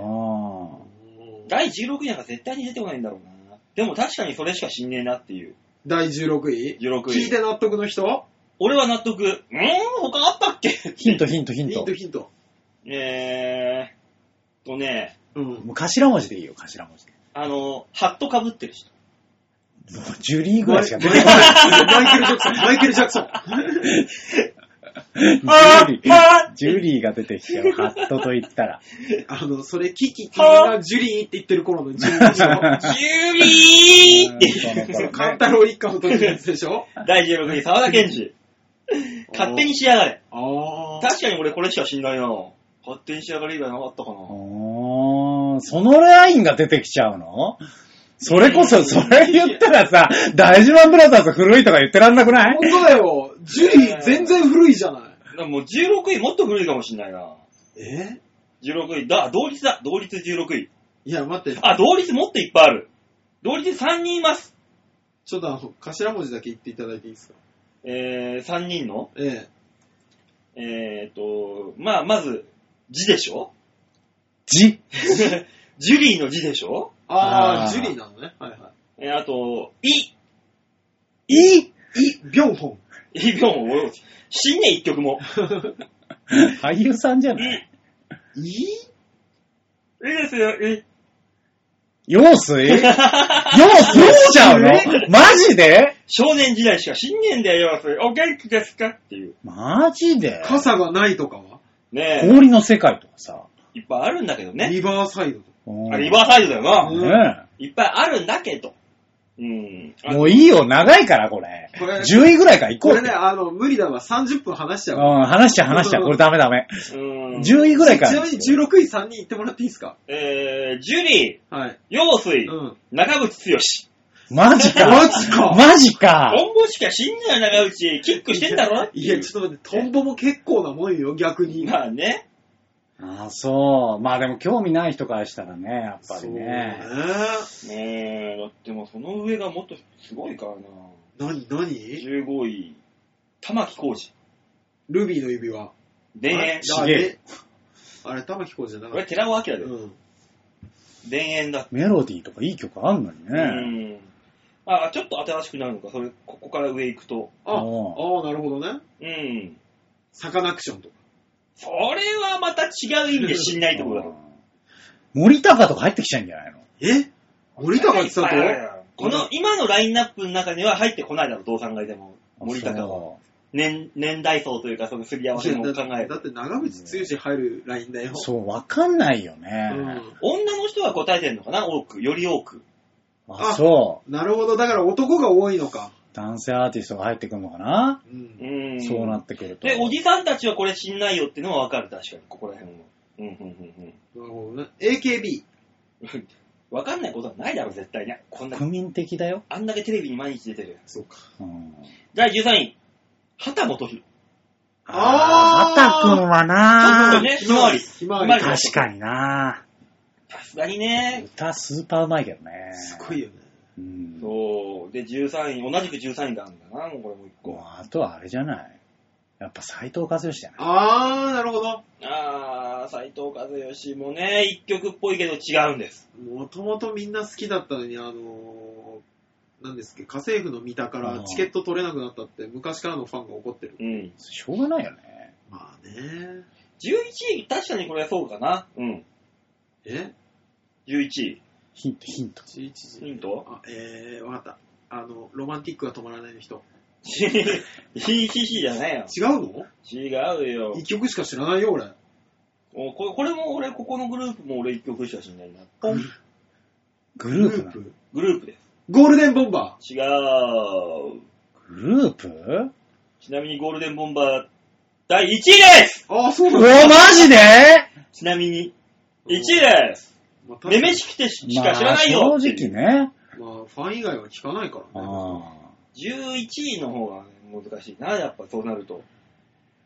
で。あ。第16位なんか絶対に出てこないんだろうな。でも確かにそれしか知んねえなっていう。第16 16位位聞いて納得の人俺は納得。うーん他あったっけヒントヒントヒヒンントト。ヒント。えーっとね、うん。もう頭文字でいいよ、頭文字で。あの、ハットかぶってる人。もうジュリーぐらいしかマイ出マてイこない。マイケル・ジャクソン、マイケル・ジャクソン。ジあュリー。あジュリーが出てきちゃう。ハットと言ったら。あの、それ、キキってみんなジュリーって言ってる頃のジュリーでしょ。ジュリーって。そのカン頃ねタロウ一家の時のやつでしょ。 第16位、沢田健二。勝手に仕上がれ。あ確かに俺これしか知んないな。勝手に仕上がれ以外なかったかな。おーそのラインが出てきちゃうのそれこそ、それ言ったらさ、大事マンブラザーズ古いとか言ってらんなくない本当だよ。ジュリー全然古いじゃない。だからもう16位もっと古いかもしんないな。え16位、だ、同率だ。同率16位。いや、待って。あ、同率もっといっぱいある。同率3人います。ちょっとあの、頭文字だけ言っていただいていいですかえー、3人の。ええ。えーっと、まあ、まず、字でしょじ、ジュリーの字でしょあー、あージュリーなのね。はいはえーあと、イ、いい。イ・ビョンホン。イビョン、俺、死んねえ一曲も。俳優さんじゃないイいいですよ、い。用水用水そうちゃうのマジで少年時代しか信念で要するにお元気ですかっていう。マジで傘がないとかはねえ。氷の世界とかさ。いっぱいあるんだけどね。リバーサイドとか。うんあリバーサイドだよな。うんねいっぱいあるんだけど。うん。えもういいよ、長いからこれ。これ10位ぐらいから行ここうれって。ね、あの、無理だわ。30分話しちうゃん、うわ。話しちゃう話しちゃう。これダメダメ。うん。 10位ぐらいから。ちなみに16位3人言ってもらっていいですかえー、ジュリー、はい。陽水、うん。長渕剛。マジか。マジかマジか。トンボしか死んじゃう長渕、キックしてんだろいや、ちょっと待って、トンボも結構なもんよ、逆に。まあね。ああ、そう。まあでも興味ない人からしたらね、やっぱりね。そうねねえ、だってもうその上がもっとすごいからな。何何15位、玉木浩二。ルビーの指輪。田園。ああげえれ、あれ玉木浩二じゃなこかっれた。寺尾明だよ。うん。田園だ。メロディーとかいい曲あんのにうね。ん。あ、ちょっと新しくなるのか、それ、ここから上行くと。あ、ああ、なるほどね。うん。サカナクションとか。それはまた違う意味で死んないってことだうろん。森高とか入ってきちゃうんじゃないのえ森高千いっぱいある里よこの、今のラインナップの中には入ってこないだろう、どう考えても。森高は。は。年、年代層というか、そのすり合わせも考えだる。って長渕剛入るラインだよ。そう、わかんないよね。うん女の人は答えてんのかな多く、より多く。あ、あそう。なるほど。だから男が多いのか。男性アーティストが入ってくるのかな、う。うんん。そうなってくると。で、おじさんたちはこれ死んないよっていうのはわかる、確かに、ここら辺は。うん、うん、うん、なるほどね。AKB。うん。わかんないことはないだろ、絶対ね。こんだけ、国民的だよ。あんだけテレビに毎日出てる。そうか。うん、第13位、畑元博。あーあー、畑くんはちょっなとね、ひひままわわりり。ひまわりひ確かになさすがにね。歌スーパーうまいけどね。すごいよね。うん。そう。で、13位、同じく13位があるんだな、もうこれもう一個。もうあとはあれじゃない。やっぱ斎藤和義じゃない。あー、なるほど。あー、斎藤和義もね、一曲っぽいけど違うんです。もともとみんな好きだったのに、あのー、なんですっけ、家政婦の見たかうらんチケット取れなくなったって、昔からのファンが怒ってる。うん。しょうがないよね。まあね。 11位、確かにこれはそうかな。うん。え11位。ヒント、ヒント。 ?11 時。ヒン トあ、えー、わかった。あの、ロマンティックが止まらないの人。ひひひじゃないよ。違うの違うよ。一曲しか知らないよ、俺。おこれこれも俺、ここのグループも俺一曲しかしないな。グループなのプグループでゴールデンボンバす。違う。グループうちなみにゴールデンボンバー、第1位ですー。ああ、そうわ、なんマだ。ジでちなみに、1位ですまあ、確かめにめしくてししか知らないよまあ、正直ね。まあ、ファン以外は聞かないからね。あ11位の方が難しいな、やっぱそうなると。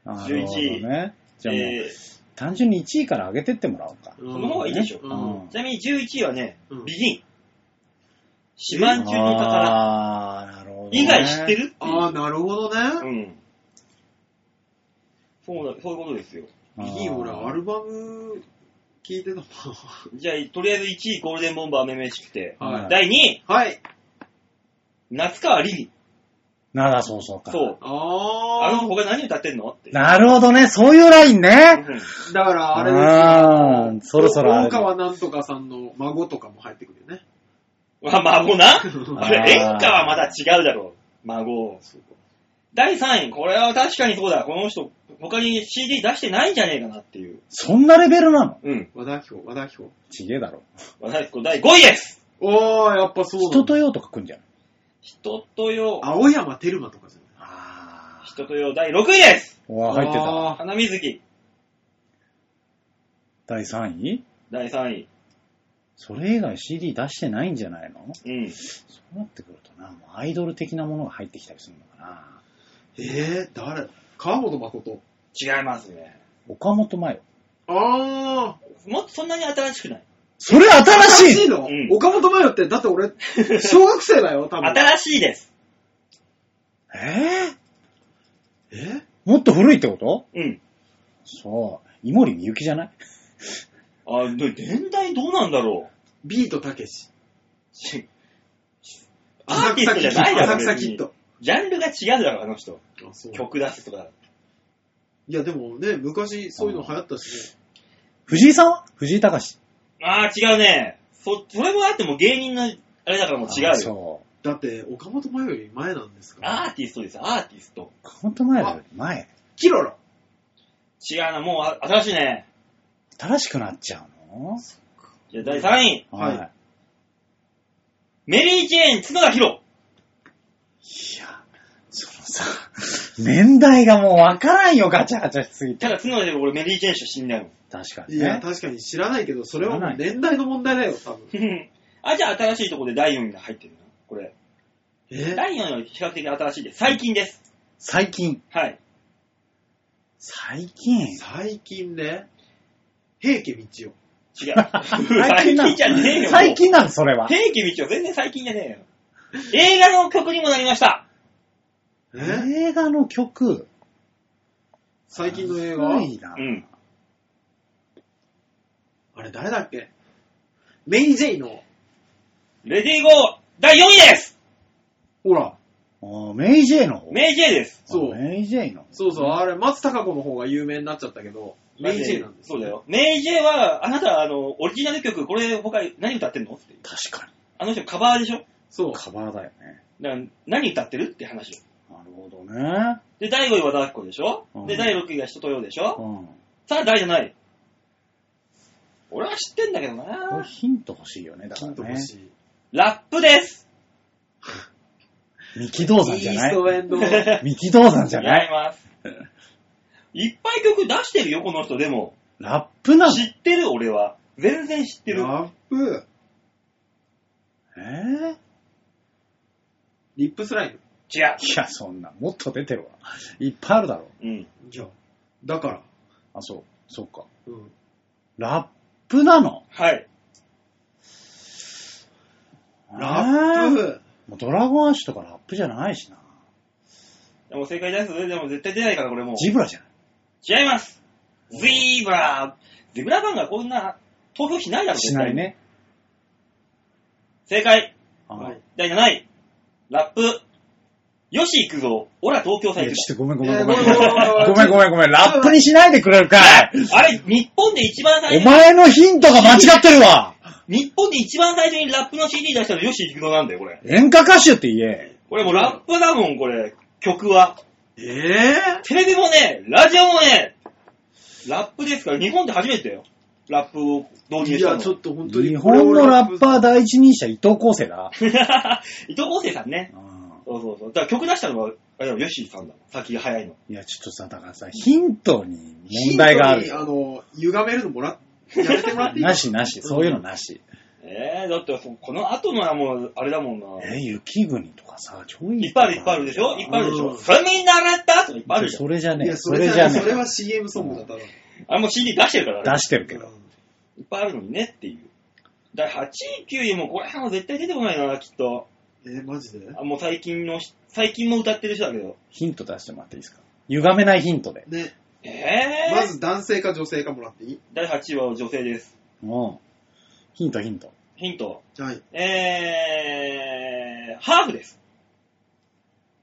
あ。な11るほどね。じゃあもう、えー単純に1位から上げてってもらおうか。うんその方がいいでしょううんんちなみに11位はね、うんビギン。四万中の宝ああ、なるほど、ね。以外知ってるっていうああ、なるほどうね。ん。そうだ、そういうことですよ。あーいい、俺、アルバム聞いてたもんじゃあ、とりあえず1位ゴールデンボンバーめめしくて、はい第2位、 はい。夏川りり。ならそうそうか。そう。あのあ子が何歌ってんのって。なるほどね、そういうラインね。うんあ、だからあれあーですよ。そろそろあれ大川なんとかさんの孫とかも入ってくるよね。 わ、孫なーあれ、演歌はまだ違うだろう。孫。第3位、これは確かにそうだ。この人、他に CD 出してないんじゃねえかなっていう。そんなレベルなのうん。和田彦、和田彦。ちげえだろ。私、第5位ですおー、やっぱそうな人んだとよとか来んじゃん。人とよ、青山テルマとかじゃないあ人とよ、第6位ですあ。うわ、入ってた。あー花水木、第3位第3位。それ以外 CD 出してないんじゃないのうん。そうなってくるとな、もうアイドル的なものが入ってきたりするのかな。えー、誰川本誠。違いますね。岡本真代。あー。もっとそんなに新しくない。それ新しいの、うん岡本真代って、だって 俺、小学生だよ、多分。新しいです。えーえもっと古いってことうん。そう。井森美幸じゃないあ、で、年代どうなんだろう。ビートたけし。し ア浅ーティス草キトッじゃド。ないだろ、浅別草キッに。ド。ジャンルが違うだろ、あの人。あそう曲出すとか。いや、でもね、昔そういうの流行ったしね。藤井さんは藤井隆。あー、違うね。そ、それもあってもう芸人の、あれだからもう違うあよ。そう。だって、岡本真代より前なんですから。アーティストですよ、アーティスト。ほんと前だよ。前。キロロ違うな、もうあ新しいね。新しくなっちゃうのじゃあ第3位。はいはい。メリー・ジェーン、角田博。いや、そのさ、 年代がもうわからんよ、ガチャガチャしすぎて。ただ角田博、俺メリー・ジェーンしか死んだよ。確かいにや、ね。確かに知らないけど、それは知らもなうい年代の問題だよ、多分。 あ、じゃあ新しいとこで第4位が入ってるな、これ。え第4位は比較的新しいです。最近です。最近。はい。最近最近ね、平家道夫。違う。最最近な近じゃねえよ。の最近なの、それは。平家道夫全然最近じゃねえよ。映画の曲にもなりました。え映画の曲。最近の映す画ごいな。うん。あれ誰だっけメイジェイの、レディーゴー第4位ですほら、あーメイジェイの方。メイジェイです。そうあメイジェイの。そうそう、あれ、松たか子の方が有名になっちゃったけど、メイジェイなんです。そうだ。よ。メイジェイは、あなた、あの、オリジナル曲、これ他何歌ってんのっていう。確かに。あの人カバーでしょそう。カバーだよね。だから何歌ってるって話よ。なるほどね。で、第5位はダークコでしょうんで、第6位が人とよでしょうん。さあ、第じゃない。俺は知ってんだけどこれなヒント欲しいよね、だかヒらントね欲。しい。ラップです三木道山イじゃーなストいウェンド。え三木道山じゃな違いいます。いっぱい曲出してるよ、この人。でも、ラップなの知ってる、俺は。全然知ってる。ラップ、えー、リップスライム。違う。いや、そんな、もっと出てるわ。いっぱいあるだろ。うん。じゃあ、だから、あ、そう、そうか。うん。ラップなのはい。ラッえープ、もうドラゴンアッシュとかラップじゃないしな。でも正解です。でも絶対出ないから、これもう。ジブラじゃない。違います。ゼーブラゼブラファンがこんな投票しないだろ、しない。ね。正解。あはいい第7位。ラップ。よし行くぞ。オラ東京や、サイちズょっ。とごめんごめんごめん。いごめやんごめんごめんごめんごめん。ラップにしないでくれるかい。あれ、日本で一番最お初に、前のヒントが間違ってるわ。日本で一番最初にラップの CD 出したのよし行くぞなんだよ、これ。演歌歌手って言え。これもうラップだもん、これ。曲は。えテレビもね、ラジオもね、ラップですから、日本で初めてだよ。ラップをぇ、導ー、入いしたや、の。ちょっと本当に。日本のラッパー第一人者伊藤康生だ。 伊藤康生さんね。うんそうそうそう。だから曲出したのは、あれよ、ヨッシーさんだ。先が早いの。いや、ちょっとさ、だからさ、ヒントに問題があるヒントよ。にあの、歪めるのもら、やめてもらっていいなしなし、そういうのなし。えー、だってそ、この後のはもう、あれだもんな。え、雪国とかさ、超いい。いっぱいある、いっぱいあるでしょいっぱいあるでしうょんそれみんな洗ったとかいっぱいあるじゃんそ。れじゃいねえ。や、そそれれじじゃゃねそれは CM ソングだったの。あれもう CD 出してるからえ。ね出。してるけど。いっぱいあるのにねっていう。だから8位、9位もこれはもう絶対出てこないな、きっと。えー、マジであもう最近の、最近も歌ってる人だけど。ヒント出してもらっていいですか歪めないヒントで。ね、えー、まず男性か女性かもらっていい第8位は女性です。もう、ヒントヒント。ヒント。はい。えー、ハーフです。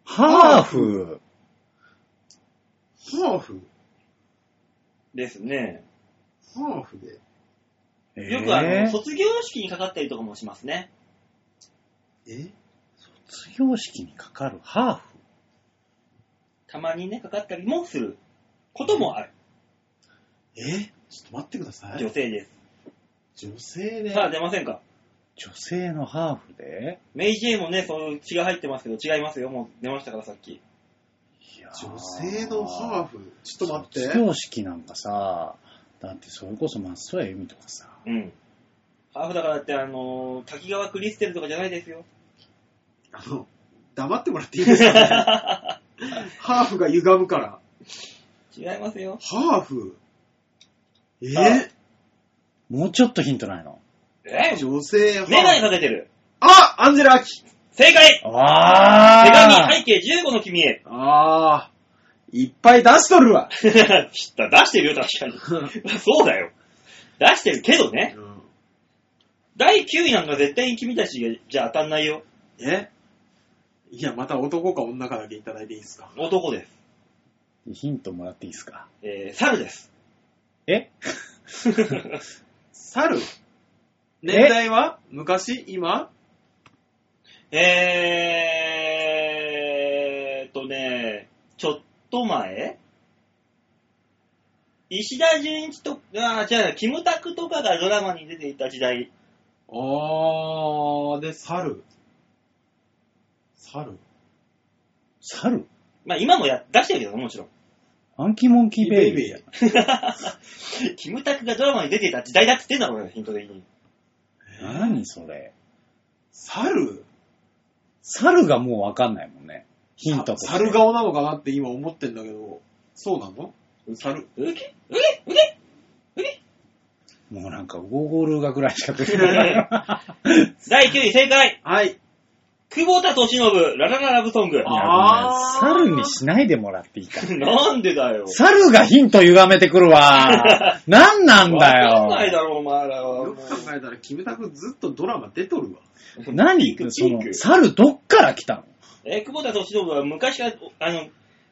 ハーフ。ハーフですね。ハーフで。えよくあの、ー卒業式にかかったりとかもしますね。え卒業式にかかるハーフ。たまにね、かかったりもすることもある。えちょっと待ってください女。性です。女性で。さあ、出ませんか。女性のハーフでメイジェイもね、そういう血が入ってますけど、違いますよ。もう出ましたから、さっき。女性のハーフ。フ。ちょっと待って。卒業式なんかさ、だってそれこそ松任谷由実とかさ、うん。ハーフだからって、あのー滝川クリステルとかじゃないですよ。 あの、黙ってもらっていいです か、ね、ハーフが歪むから。違いますよ。ハーフえあもうちょっとヒントないのえー、女性ハーフ。メガネかけてる。あアンジェラ・アキ。正解手あ紙、背景15の君へ。あー、いっぱい出しとるわ。 知った、出してるよ、確かに。 そうだよ。出してるけどね。第9位なんか絶対に君たちがじゃあ当たんないよ。えいや、また男か女かだけいただいていいですか男です。ヒントもらっていいですかえー、猿です。え猿年代は昔今 えーっとね、ちょっと前石田純一と、あ、じゃあ、キムタクとかがドラマに出ていた時代。あー、で、猿。猿。猿まあ、今もや出してるけど、もちろん。 アンキーモンキーベイビー。ー。キムタクがドラマに出ていた時代だって言ってんだろうね、ヒント的に。何それ。猿猿がもうわかんないもんね。ヒントとしてさ猿。顔なのかなって今思ってんだけど、そうなの猿。うけもうなんか、ウォーゴールがぐらいしか出て ない。第9位、正解はい。久保田敏信、ララララブソング。。いやあーごめん猿にしないでもらっていいかなんでだよ。猿がヒント歪めてくる わ。なんなんだわかんないだよ。ろ、お前らは。よく考えたら、キムタクずっとドラマ出とるわ。何ピンクそピンクの、猿どっから来たのえー、久保田敏信は昔から、あの、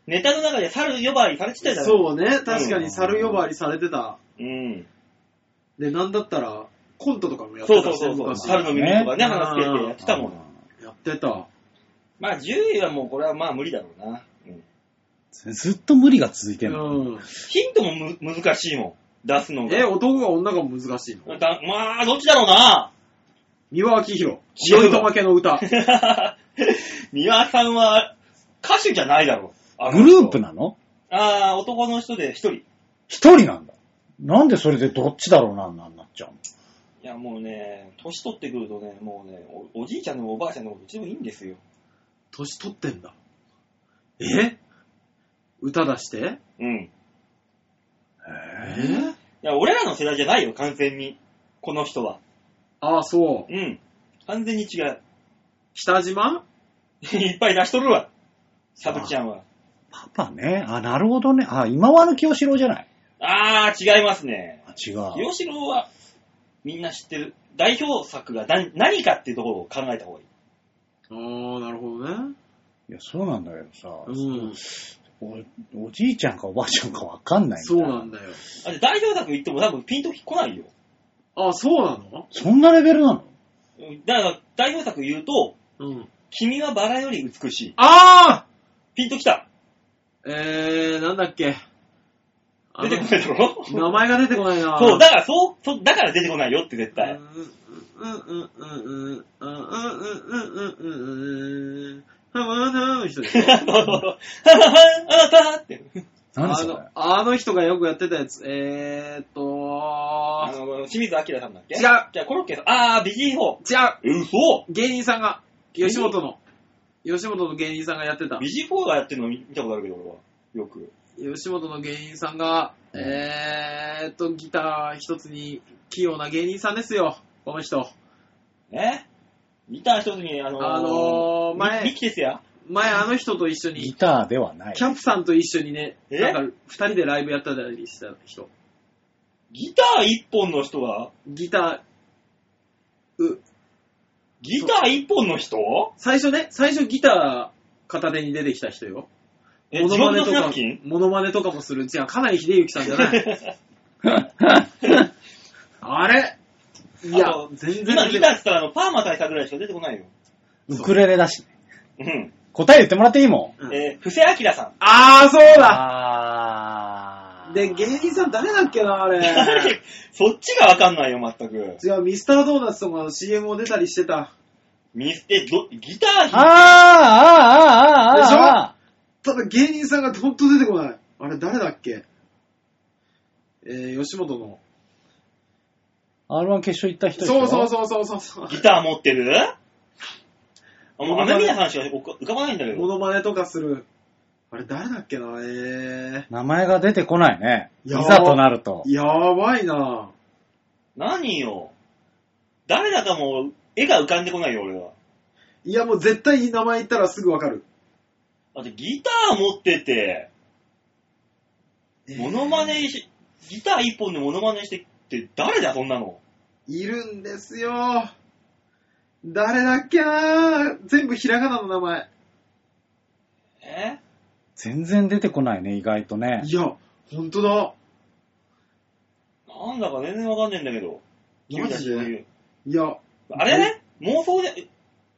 ネタの中で猿呼ばわりされてたじゃん。そうね、確かに猿呼ばわりされてた。う。うん。で、なんだったら、コントとかもやっそうてそたうそしね、うそう。昔。猿の耳とかね、ね話しててやってたもん。やってた。まあ10位はもうこれはまあ無理だろうな。うんずっと無理が続いてうるの。ん。ヒントもむ難しいもん。出すのが。え、男が女が難しいのだまあ、どっちだろうな。 三輪明宏。違うわ白いとまけの 歌。三輪さんは歌手じゃないだろう。グループな。なのああ、男の人で一人。い一人なんだ。なんでそれでどっちだろうな、なんなっちゃうのや、もうね、年取ってくるとね、もうね、おおじいちゃんでもおばあちゃんでもどっちでもいいんですよ。年取ってんだ。え歌出してうん。えーえいや、俺らの世代じゃないよ、完全に。この人は。ああ、そう。うん。完全に違う。 北島いっぱい出しとるわ。サブちゃんは。パパね。あ、なるほどね。あ、今和の清志郎じゃない。あー、違いますね。あ、違う。清志郎は、みんな知ってる。代表作が何何かっていうところを考えた方がいい。ああ、なるほどね。いや、そうなんだけどさ、うん。お、おじいちゃんかおばあちゃんかわかんないそうななんだよ。あれ、代表作言っても多分ピンと来ないよ。ああ、そうなのそんなレベルなのだから、代表作言うと、うん。君はバラより美しい。ああピンと来た。えー、なんだっけ。あ出のてこないだろ名前が出てこないな。そう、だから、そう、そう、だから出てこないよって絶対。あの人でしょあの、あなたって。何あそれのあの人がよくやってたやつ。えーっとあ、の、清水明さんだっけ違うじゃあ、コロッケさん。あー、ビジーフォー。違うえ、嘘芸人さんが、吉本の、吉本の芸人さんがやってた。ビジーフォーがやってるの見たことあるけど、俺は。よく。吉本の芸人さんが、うんえーっと、ギター一つに器用な芸人さんですよ。この人。ねギター一つに、あのあのーみ前ミキですや。前あの人と一緒ギに、ターではないキ。ャンプさんと一緒にね、えなんか二人でライブやったりした人。ギター一本の人が、ギター、う、ギター一本の人最初ね、最初ギター片手に出てきた人よ。え、自分のスとナかフキン、モノマネとかもする。違う、かなり秀幸さんじ ゃない。あれいやあの、全然今出てギこターないっつったら、あの、パーマ大佐ぐらいしか出てこないよ。 ウクレレだし。うん。答え言ってもらっていいも。うんえー、布施明さん。あー、そうんだあーで、芸人さん誰だっけな、あれ。そっちがわかんないよ、全く。違う、ミスタードーナツとかの CM を出たりしてた。ミス、え、ど、ギターあーあーあーあーあただ芸人さんがほんと出てこない。あれ誰だっけえー、吉本の。ー !R1 決勝行った人でしそょうそうそうそうそうそう。ギター持ってるあもう雨宮さんしか浮かばないんだけモど。ノマネとかする。あれ誰だっけなえ名前が出てこないね。いいやーざとなるとー。。やばいな何よ。誰だかもう絵が浮かんでこないよ、俺は。いやもう絶対いい名前言ったらすぐわかる。あとギター持ってて、モノマネし、ギター一本でモノマネしてって誰だ、そんなの。いるんですよ誰だっけな全部ひらがなの名前。え全然出てこないね、意外とねい。や、ほんとだ。なんだか全然わかんないんだけど。マ君ジでたちそういういや、あれね、妄想で、え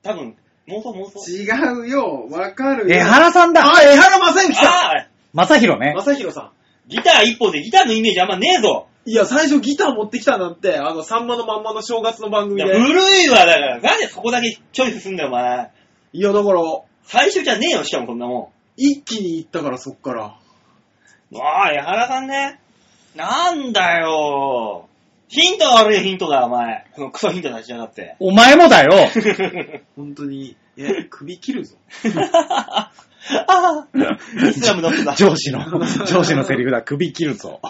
多分、妄想妄想。違うよ。わかるよ。江原さんだあ、江原正幸さああまさひろねん。。正宏さギター一本でギターのイメージあんまねえぞ。ん。いや、最初ギター持ってきたなんて、あの、さんまのまんまの正月の番い組や、で。古いわ、だから。なんでそこだけチョイスすんだよ、お前。いや、だから、最初じゃねえよ、しかもそんなも一気に行ったから、そっから。ん。ああ、江原さんね。なんだよ。ヒントが悪いヒントだ、お前。このクソヒント出しやがって。お前 もだよ本当に、え、首切るぞ。ああ、イスラムの 人だ。上司の、 上司のセリフだ。首切るぞ。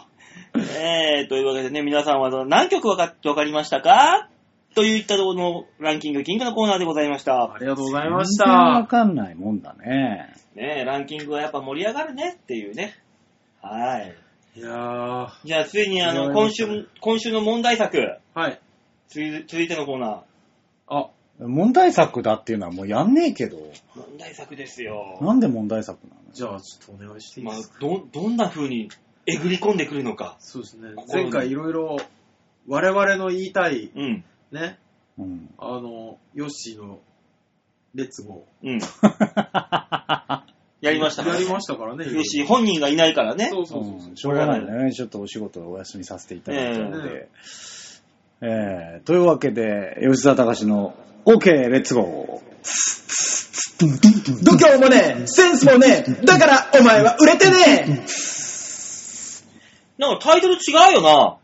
えー、というわけでね、皆さんは何曲わかってわかりましたかといったところのランキング、キングのコーナーでございましたあ。りがとうございまし全然わた。かんないもんだね。ねえランキングはやっぱ盛り上がるねっていうね。はい。いやー、じゃあ、ついにあの、盛り上がり今ましたね週、今週の問題作、はい。つい続いてのコーナあ、問題作だっていうのはもうやんねえけど、ー。問題作ですよ。なんで問題作なのじゃあ、ちょっとお願いしていいまあですか。、ど、どんな風にえぐり込んでくるのか。そうですねこ。こ前回いろいろ、我々の言いたい、うん。ね、うん。あの、ヨッシーの、レッツゴうん。やりましたー。やりましたからね。よし、本人がいないからね。そうそうそううそんう。しょうがないよね。ちょっとお仕事をお休みさせていただいたのえで。えーというわけで、吉沢隆の OK、レッツゴ度胸もねえ、センスもねえ、だからお前は売れてねえなんかタイトル違うよ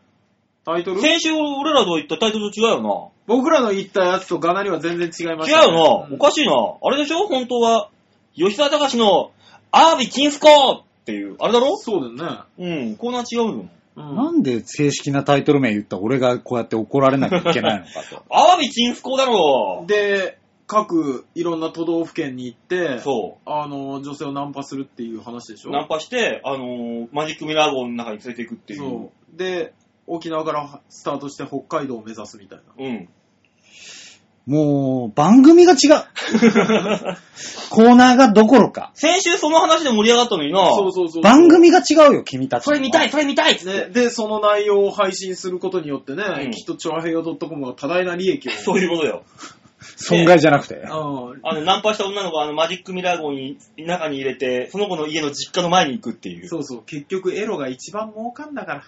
タイトルな。先週俺らと言ったタイトルと違うよな。僕らの言ったやつとガナリは全然違いま違うしたね、よな、おかししいな。あれでしょ本当は、吉沢隆の、アービキンスコーっていう、あれだろそうだよね。うん、コーナー違うよ。うー。んなんで正式なタイトル名言った俺がこうやって怒られなきゃいけないのか と。アービキンスコーだろで、各いろんな都道府県に行って、そあの、女性をナンパするっていう話でしう。ょナンパして、あのーマジックミラー号の中に連れていくっていう。そう。で、沖縄からスタートして北海道を目指すみたいな。うん。もう、番 組が違う。コーナーがどころか。先週その話で盛り上がったのにな。そうそうそう。番組が違うよ、君たち。それ見たい、。それ見たいっつってね、で、その内容を配信することによってね、うんきっとチョアヘヨ .com が多大な利益を。そういうことよ。損害じゃなくて。うんあの、ナンパした女の子をあの、マジックミラー号に、中に入れて、その子の家の実家の前に行くっていう。そうそう。結局エロが一番儲かんだから。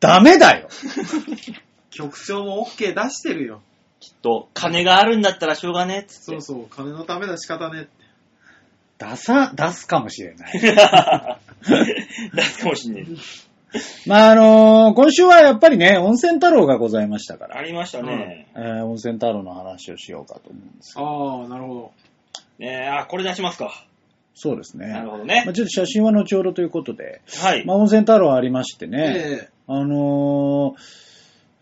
ダメだよ。局長も OK 出してるよ。きっと、金があるんだったらしょうがねえっつって。そうそう。金のためだ仕方ねって。出さ、出すかもしれない。 出すかもしんねまあ、あのー今週はやっぱりね、温泉太郎がございましたかえ。あら、りましたね。えー温泉太郎の話をしようかと思うんです。ああ、なるほど。ねえあ、これ出しますか。そうですね。なるほどまあ、ね。ちょっと写真は後ほどということで、はい。まあ、温泉太郎ありましてね、えあのー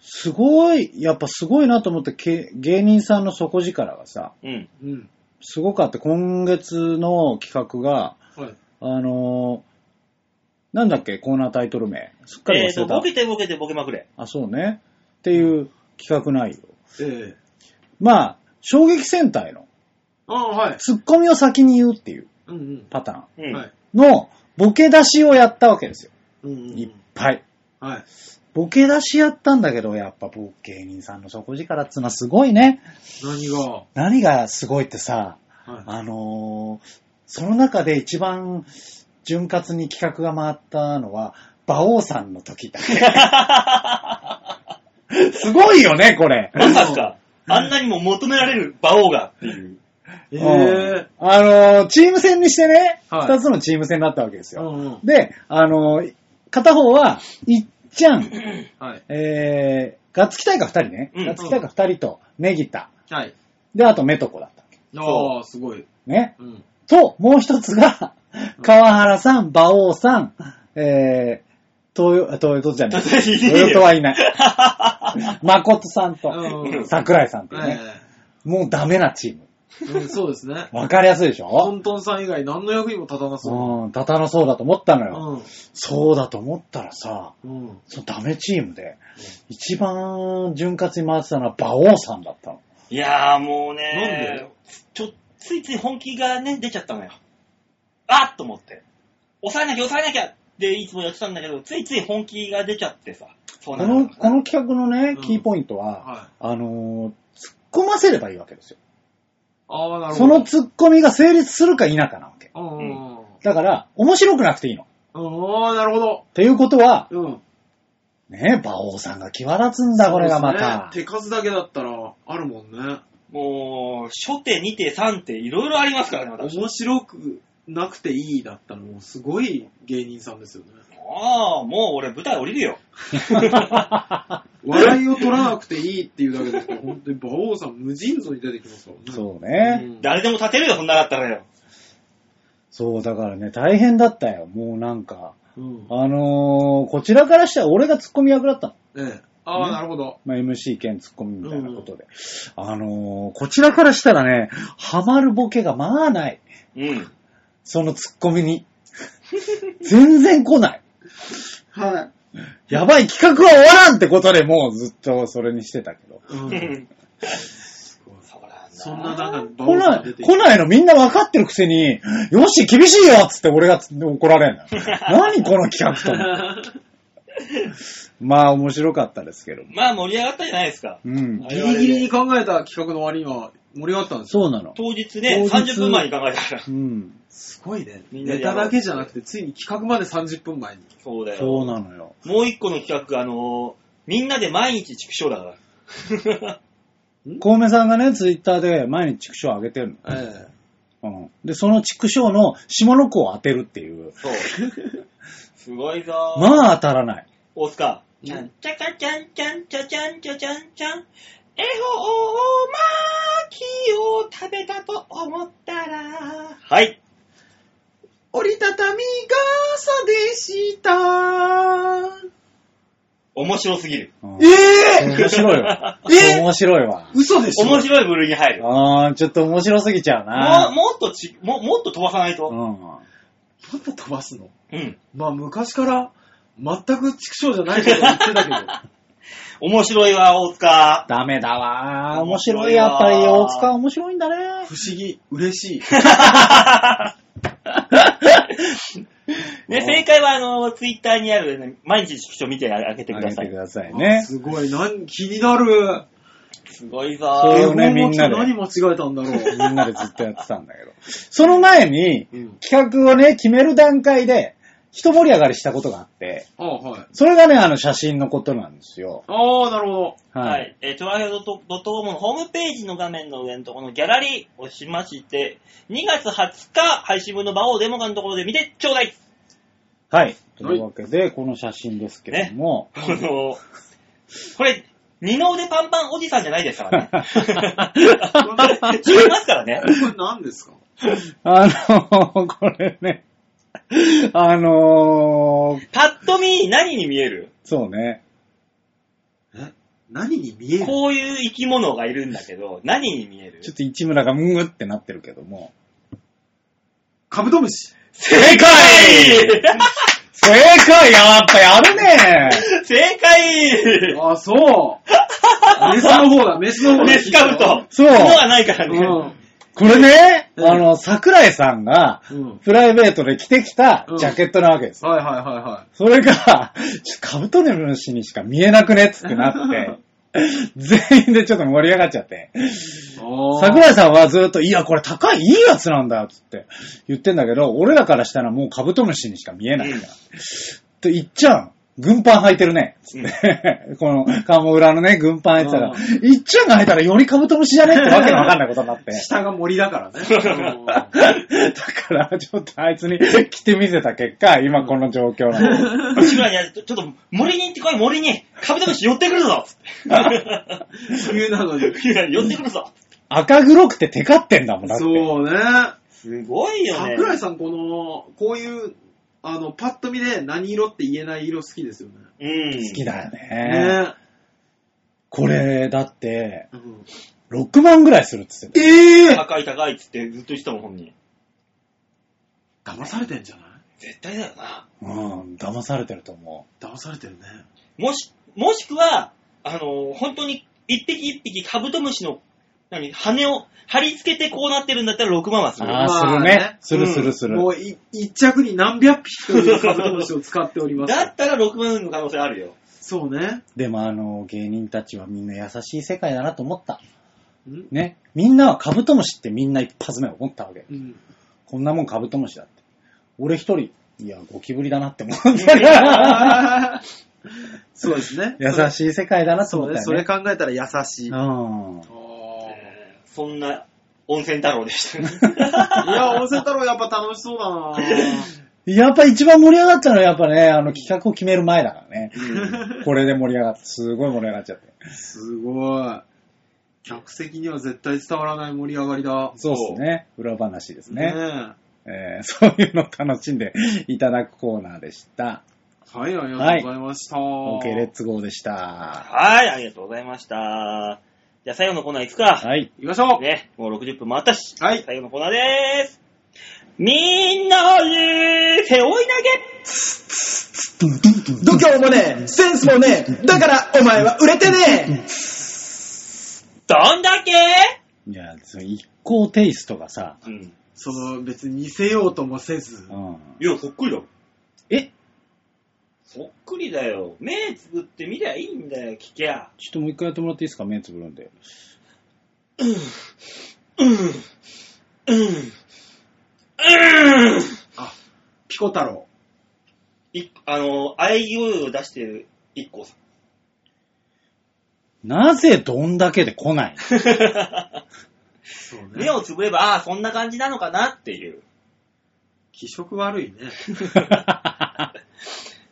すごい、やっぱすごいなと思って、け芸人さんの底力がさ、うん。えうん。すごかった。今月の企画が、はい。あのーなんだっけ、コーナータイトル名。すっかり忘えれ。ったと、ボケてボケてボケまくれ。あ、そうね。っていう企画内容。ええまあ、衝撃戦隊のああ、はい。ツッコミを先に言うっていううんうん。パタう。うんはい。ーンのボケ出しをやったわけですよ。うんうんいっぱい。はい。ボケ出しやったんだけど、やっぱ僕芸人さんの底力っつうのはすごいね。何が、は何がすごいってさ、い。あのーその中で一番潤滑に企画が回ったのは、馬王さんの 時だ。すごいよね、これ。まさか、あんなにも求められる馬王がって いう。えうんえあのーチーム戦にしてね、二、はいつのチーム戦だったわけですうよ。んうん。で、あのー片方は、いっちゃん、はい。えー、ガッツキ大会二人ね。うんガッツキ大会二人と、ネギタ。はい。で、あと、メトコだったわけ。そああ、すごい。ね。うん。と、もう一つが、川原さん、馬王さん、えー、東洋、東洋じゃない。私いねえよ豊とはいない。誠さんと、うん桜井さんっていうね。えもうダメなチーム。えうんそうですね。わかりやすいでしトょントンさん以外何の役にも立たなそううん、立たなそうだと思ったのよ。な。そうだと思ったらさ、うん。うん。そのダメチームで、一番潤滑に回ってたのは馬王さんだったの。いやーもうなんねで、ちょ、ついつい本気がね、出ちゃったのよ。あっと思って。抑えなきゃ抑えなきゃで、いつもやってたんだけど、ついつい本気が出ちゃってさ。そうこなのの、この企画のねう、んキーポイントは、はい。あのー、突っ込ませればいいわけですよ。ああ、なるほど。その突っ込みが成立するか否かなわけ。うん。だから、面白くなくていいの。っああ、なるほど。ていうことは、うん。ね、馬王さんが際立つんだ、これがまた。そうですね手数だけだったら、あるもんね。もう、初手、二手、三手、いろいろありますからね、私。面白くなくていいだったら、もうすごい芸人さんですよね。ああ、もう俺舞台降りるよ。笑いを取らなくていいっていうだけです から、本当に馬王さん無尽蔵に出てきますからね。そううね。ん誰でも立てるよ、そんなだったらよ。そう、だからね、大変だったよ。もうなんか、うん。あのー、こちらからしたら俺が突っ込み役だったの。ええ。ああ、ねなるほど。まあ、MC 兼ツッコミみたいなことで。あのーこちらからしたらね、ハマるボケがまあない。うん。そのツッコミに。 全然来ない。はい。やばい、企画は終わらんってことでもうずっとそれにしてたけど。うん。そらそんな中に馬来王さなん出い、て来ないのみんな分かってるくせに、よし、厳しいよっつって俺がつ怒ら れんの。何この企画と思って。 まあ面白かったですけど。まあ盛り上がったじゃないですか。うん。ギリギリに考えた企画の割には盛り上がったんですよ。そうなの。当日ね、当日30分前に考えたから。うん。すごいね。みんなネでやタろうだけじゃなくて、ついに企画まで30分前に。そうだよ。そうなのよ。もう一個の企画、あのーみんなで毎日畜生だから。コウメさんがね、ツイッターで毎日畜生上げてるの。えうん。で、その畜生の下の子を当てるっていう。そう。すごいぞー。まあ当たらない。大塚。うんちゃんちゃかちゃんちゃんちゃちゃんちゃちゃんちゃん。恵方巻きを食べたと思ったら。はい。折りたたみ傘でした。面白すぎる。うんえ面白い わ。え面白いわ。嘘でしょ面白い部類に入る。もあー、ちょっと面白すぎちゃううな。もっとちも、もっと飛ばさないと。うん。パッと飛ばすのうん。まあ昔から全く畜生じゃないけど言ってたけど。面白いわ、大塚。ダメだわ。面面白白い。いわやっぱり、大塚は面白いんだね。不思議、嬉しい。ね、正解は、あの、ツイッターにある、ね、毎日畜生見てあげてくあげださていく。ださいね。すごい、なん気になる。すごいそぞうー。よね英語みんもなで何間違えたんだろみんう。なでずっとやってたんだけど。その前に、うん。企画をね、決める段階で、一盛り上がりしたことがあって、ああ、はい。それがね、あの写真のことなんですよ。ああ、なるほど。はい。。えー、トライアドットコムのホームページの画面の上のところのギャラリーを押しまして、2月20日配信分の場をデモ館のところで見てちょうだいはい。というわけで、この写真ですけども、あの、これ、二の腕パンパンおじさんじゃないですからね。違いますからね。これ何ですかあの、これね、あのー、パッと見何に見えるそうね、え何に見えるこういう生き物がいるんだけど、何に見えるちょっと市村がムーってなってるけども、カブトムシ。正解正解やっぱやるね正解ああ、そう。メスの方だ、メスの方だ。メスカブト。そう角がないからね。これね、うんあの、桜井さんが、うん。うん。プライベートで着てきたジャケットなわけですよ。はいはいはいはい。それが、ちょっとカブトムシにしか見えなくねっつってなって、 全員でちょっと盛り上がっちゃって、桜桜井さんはずっと、いや、これ高い、いいやつなんだよっつって言ってんだけど、俺らからしたらもうカブトムシにしか見えないから。と言っちゃん、軍パン履いてるね。つって、 この、カモ裏のね、軍パン履いてたらあ、いっちゃんが履いたらよりカブトムシじゃねってわけのわかんないことに なって。下が森だからね。 だから、ちょっとあいつに着てみせた結果、今この状況なの。後ろにあるちょっと森に行ってこい、森にカブトムシ寄ってくるぞ冬なのに。寄ってくるぞ赤黒くてテカってんだもん、だって。そうね。すごいよね。桜井さん、この、こういう、あの、パッと見で何色って言えない色好きですよね。うん。好きだよね。ねこれ、だって、うん6万ぐらいするっつってええ高い高いっつってずっと言ってたもん、本人。騙されてんじゃない絶対だよな。たよ。うん、騙されてると思騙されてるね。もし、もしくは、あの、本当に一匹一匹カブトムシの何羽を貼り付けてこうなってるんだったら6万はする。まあああ、するねね。するするする。もうい一着に何百匹というカブトムシを使っております。だったら6万の可能性あるよ。そうね。でもあの、芸人たちはみんな優しい世界だなと思った。うんね。みんなはカブトムシってみんな一発目思ったわけ。うん。こんなもんカブトムシだって。俺一人、いや、ゴキブリだなって思った から。そうですね。優しい世界だなとそ思うっね。たそよれね。考えたら優しい。うん。えーそんな温泉太郎でした、いや、温泉太郎やっぱ楽しそうだなやっぱ一番盛り上がったのはやっぱね、あの企画を決める前だか らね。これで盛り上がって、すごい盛り上がっちゃって。すごい。客席には絶対伝わらない盛り上がりだ。そうですね。裏話ですね。ねえーそういうのを楽しんでいただくコーナーでした。えはい、ありがとうございました。 OK、レッツゴーでした。はい、ありがとうございました。じゃあ最後のコーナーいくか。はい。行きましょうね、もう60分回ったし。はい最後のコーナーでーす。みんなを言う背負い度胸もねえ、センスもねえ、だからお前は売れてねえ投げどんだけいや、その一行テイストがさ、うん。いその、別に似せようともせず。うん。や、そっくりだ。えそっくりだよ。目つぶってみりゃいいんだよ、聞きゃ。ちょっともう一回やってもらっていいですか目つぶるんで。うん。うん。あ、ピコ太郎。いあの、あい声を出してる一個さん。なぜどんだけで来ないそう目をつぶれば、ああ、そんな感じなのかなっていう。気色悪いね。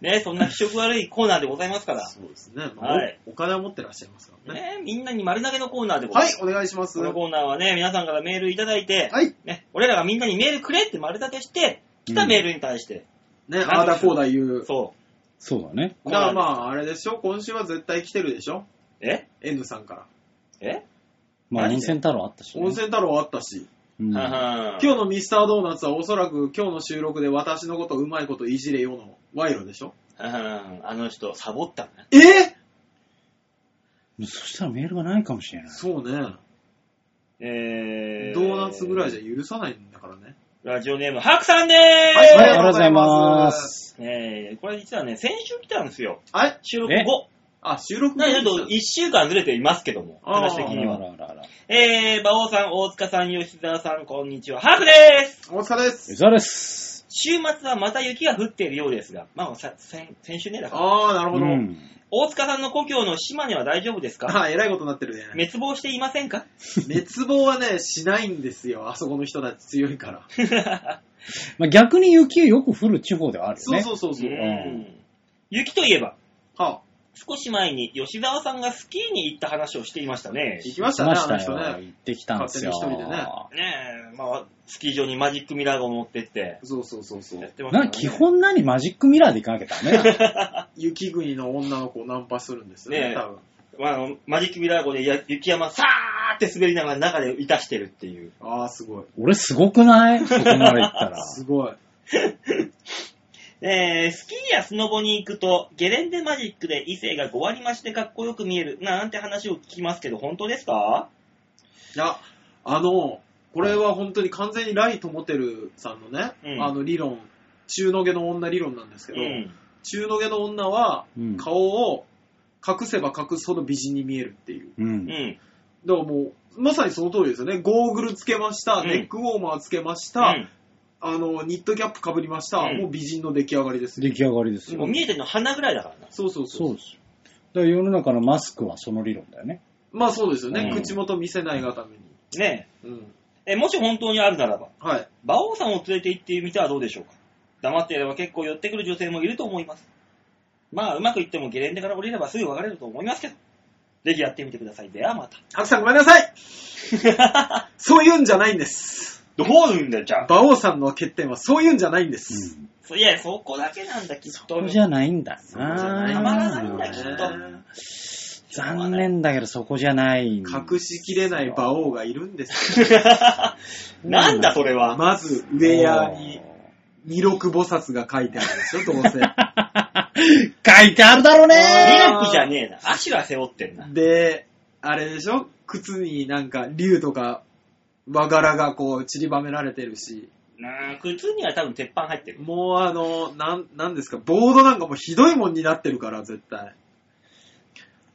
ね、そんな気色悪いコーナーでございます から。そうですね。まあはいおお金を持ってらっしゃいますからね。ね、みんなに丸投げのコーナーでございはまいす。、お願いします。このはコーナーはね、皆さんからメールいただいて、い。ね、俺らがみんなにメールくれって丸投げして、来たメールに対して、ね、あーだこうだ言う。そそうだね。う。だからまあ、あれでしょ今週は絶対来てるでしょえ ?N さんから。え、まあ、マジ温で泉太郎あったし、ね。温泉太郎あったし、うんはは今日のミスタードーナツはおそらく今日の収録で私のことうまいこといじれよの賄賂でしょうんあの人、サボったね。えそしたらメールがないかもしれない。そうね。えー、ドーナツぐらいじゃ許さないんだからね。ラジオネーム、ハクさんでーはいす、はい、ありがとうございます。えー、これ実はね、先週来たんですよ。はい。収録え後。あ、収録なの日ででしちょったと1週間ずれていますけども、あー話的あにらは。あらあらあら。えー、馬王さん、大塚さん、吉沢さん、こんにちは。ハクですお疲れです。以上です。週末はまた雪が降っているようですが、まあ、さ先先週ねだから、あー、なるほど。うん。大塚さんの故郷の島根は大丈夫ですかあー、えらいことになってるね。滅亡していませんか滅亡はね、しないんですよ。あそこの人たち強いから。まあ、逆に雪よく降る地方ではあるよそうね。そうそううそう。ん雪といえば、はあ、少し前に吉沢さんがスキーに行った話をしていましたね。行きましたね、まあしたの人よ。ね。行ってきたんですよ。勝手に一人でねねえ、まあ、スキー場にマジックミラーを持ってって、そうそうそうそやうっ。てましたな、基本何マジックミラーで行かなきゃダメな の雪国の女の子をナンパするんですよね、ねえ多分。まああの、マジックミラー号でや雪山さーって滑りながら中でいたしてるっていう。ああ、すごい。俺すごくないそこまで行ったら。すごい。えースキーやスノボに行くと、ゲレンデマジックで異性が5割増しでかっこよく見える、なんて話を聞きますけど、本当ですかいや、あの、これは本当に完全にライトモテルさんのね、うんあの理論、中の下の女理論なんですけうど、ん。中の下の女はうん顔を隠せば隠すほど美人に見えるっていう。うう。んん。だからもう、まさにその通りですよね。ゴーグルつけました、うんネックウォーマーつけました、あの、ニットキャップかぶりました、うんもう美人の出来上がりですよ。出来上がりですもよう。見えてるの鼻ぐらいだからな。そうそうそうそうですよ。だから世の中のマスクはその理論だよね。まあそうですよね。うん口元見せないがために。ねうん。え。え、もし本当にあるならば、はい。馬王さんを連れて行ってみてはどうでしょうか黙っていれば結構寄ってくる女性もいると思います。まあ、うまくいってもゲレンデから降りればすぐ別れると思いますけど、ぜひやってみてください。ではまた。ハクさんごめんな さいそういうんじゃないんです。どううんだよ、じゃあ。馬王さんの欠点はそういうんじゃないんです。そいや、そこだけなんだ、きっと。そこじゃないんだそうじゃなないたまらないんだ、きっと。残念だけどそこじゃない。隠しきれない馬王がいるんですよ。 なんだそれは。まず、ウェアに二六菩薩が書いてあるでしょ、どう せ。 書いてあるだろうミねラクじゃねえな。アシュラ背負ってんな。で、あれでしょ靴になんか竜とか和柄がこう散りばめられてるし、なあ、靴には多分鉄板入ってる。もうあの、なん、なんですか、ボードなんかもうひどいもんになってるから、絶対。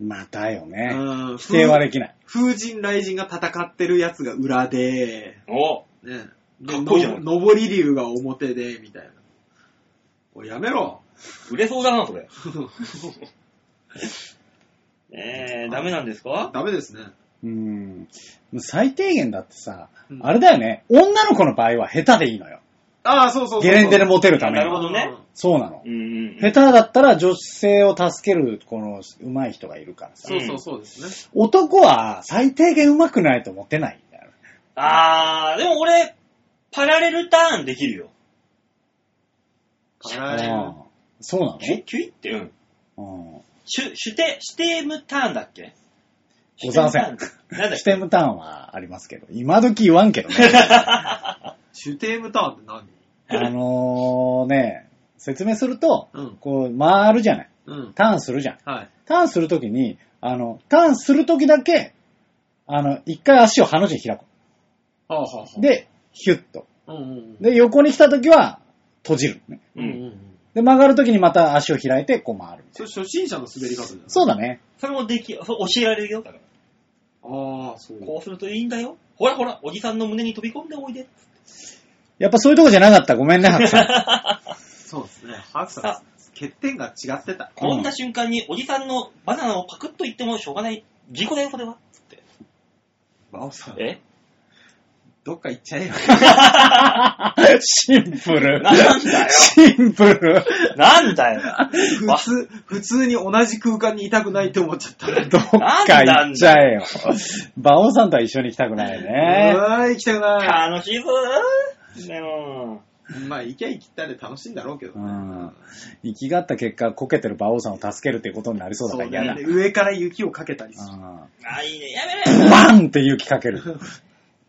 まあ、だようね。ん。否定はできない。風神雷神が戦ってるやつが裏で、おね。かっこいいじゃんの上り竜が表で、みたいな。おいやめろ。売れそうだな、そ れ。えー、ダメなんですかダメですね。うん。最低限だってさう、んあれだよね。女の子の場合は下手でいいのよ。ああ、そうそうそうそう。ゲレンデでモテるためなるほに。どねうんそうなのう。んうんう下手ん。だったら女性を助ける、この、上手い人がいるからさ。そうそうそうですね。男は最低限上手くないとモテないんだよね。あー、でも俺、パラレルターンできるよ。パラレルうんそうなのキュイキュイって、うん。うん。シュ、シュテ、シュテームターンだっけございませシュテームんターンなんだっシけテムターンはありますけど、今時言わんけ どね。シュテームターンって何あのーね、説明すると、うん。こう、回るじゃない。うん。ターンするじゃん。はい。ターンするときに、あの、ターンするときだけ、あの、一回足をハの字に開く。はあはあはあ、で、ヒュッと。うんうんで、横に来たときは、閉じる、ね。うん。うんうんうん。で、曲がるときにまた足を開いて、こう回る。それ初心者の滑り方じゃないそうだね。それもでき、そう教えられるよ。だかああ、そうら。こうするといいんだよ。ほらほら、おじさんの胸に飛び込んでおいで。やっぱそういうとこじゃなかった。ごめんね、白さん。そうですね。ハクさん、欠点が違ってた。こんな瞬間におじさんのバナナをパクッと言ってもしょうがない。事故だよ、それは。つって。バオさん、えどっか行っちゃえよ。シンプ ル。なんだよシンプル。なんだよ。普通、普通に同じ空間にいたくないって思っちゃった。 どっか行っちゃえよ。馬王さんとは一緒に行きたくないうね。わー、行きたくな楽しいぞ ー。でも、い。まあ、行きゃ行きたいで楽しいんだろうけどね。うん生きがった結果、こけてる馬王さんを助けるっていうことになりそうだから嫌だ。ね。上から雪をかけたりする。うあー、いいね。やめろ んバンって勇気か ける。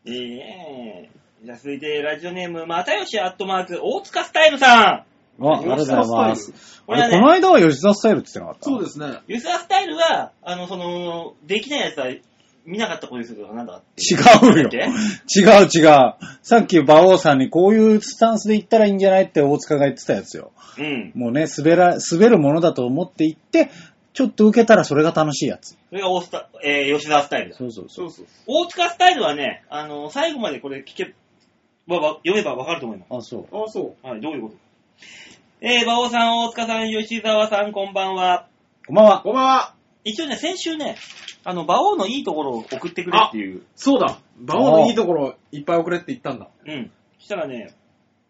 いいね。じゃあ続いて、ラジオネーム、またよしアットマーク、大塚スタイルさあ、ありがとうございます。ん。あれこの間は吉田スタイルって言ってなかったそうですね。ユースアスタイルは、あの、その、できないやつは見なかったことにするとか、なんだっていう違うだよっ。け違う違う。さっき馬王さんにこういうスタンスで行ったらいいんじゃないって大塚が言ってたやつよ。うん。もうね、滑ら、滑るものだと思って行って、ちょっと受けたらそれが楽しいやつ。それが大塚、えー、吉沢スタイルだ。そうそうそう。そうそう。大塚スタイルはね、あの、最後までこれ聞けば、わ読めばわかると思いまあ、そう。ああ、そう。す。はい、どういうことえー、馬王さん、大塚さん、吉沢さん、こんばんは。こんばんは。こんばんは。一応ね、先週ね、あの、馬王のいいところを送ってくれっていう。そうだ。バオのいいところいっぱい送れって言ったんだ。うん。したらね、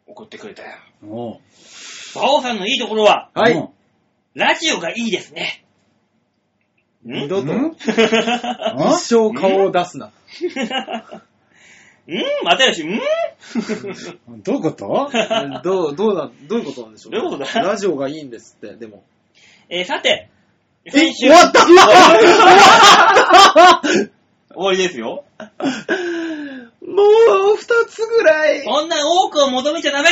送ってくれたよ。おう馬王さんのいいところは、はういん。ラジオがいいですね。二ん度とん一生顔を出すな。うんまたよし、うんどういうことどう、どうだ、どういうことなんでしょう、どういうことだラジオがいいんですって、でも。えーさて、え、先週終わった終わった終わりですよ。もう、二つぐらいこんな多くを求めちゃダメ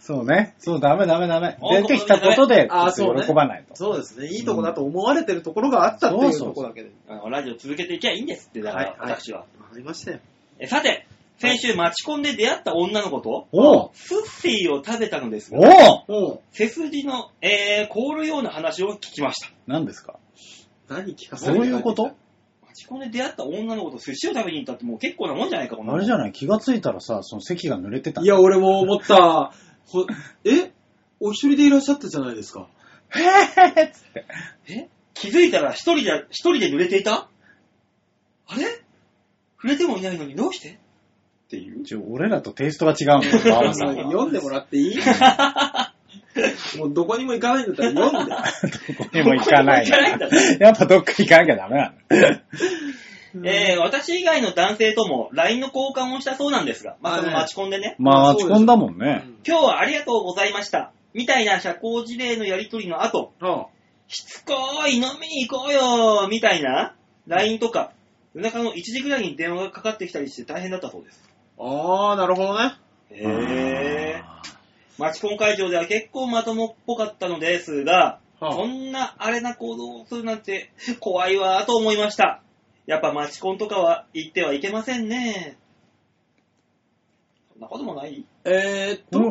そうね。そう、ダメダメダメお。出てきたことで、ちょあっそうとね喜ばないと。そうですね。いいとこだと思われてるところがあったっていうそうそうところだけで。あのラジオ続けていきゃいいんですって、だから、はいはい私は。ありましたよ。えーさて、先週待ち込んで出会った女の子と、おうスッフィーを食べたのですおが、うおう背筋の、えー、凍るような話を聞きました。何ですか何聞かせそるういうこと待ち込んで出会った女の子と寿司を食べに行ったってもう結構なもんじゃないか、こんなあもんれじゃない気がついたらさ、その席が濡れてた。い、や、俺も思った。ほえお一人でいらっしゃったじゃないですか。へへへっつって。え気づいたら一人じゃ、一人で濡れていたあれ触れてもいないのにどうしてっていう。ちょ、俺らとテイストが違うんだよ、バもオうさんは。読んでもらって いいもうどこにも行かないんだったら読んで。ここにも行かない。どこにも行かないやっぱどっか行かなきゃダメなんだ。 えー、私以外の男性とも LINE の交換をしたそうなんですが、まあ、そのはい待ち込んでね、まあ、落ち込んだもんね。今日はありがとうございました。みたいな社交辞令のやりとりの後、あしつこーい飲みに行こうよーみたいな LINE とか、夜中の1時ぐらいに電話がかかってきたりして大変だったそうです。あー、なるほどね。へー。マチコン会場では結構まともっぽかったのですが、はあ こんなアレな行動をするなんて怖いわーと思いました。やっぱマチコンとかは行ってはいけませんね。そんなこともないえーっと、う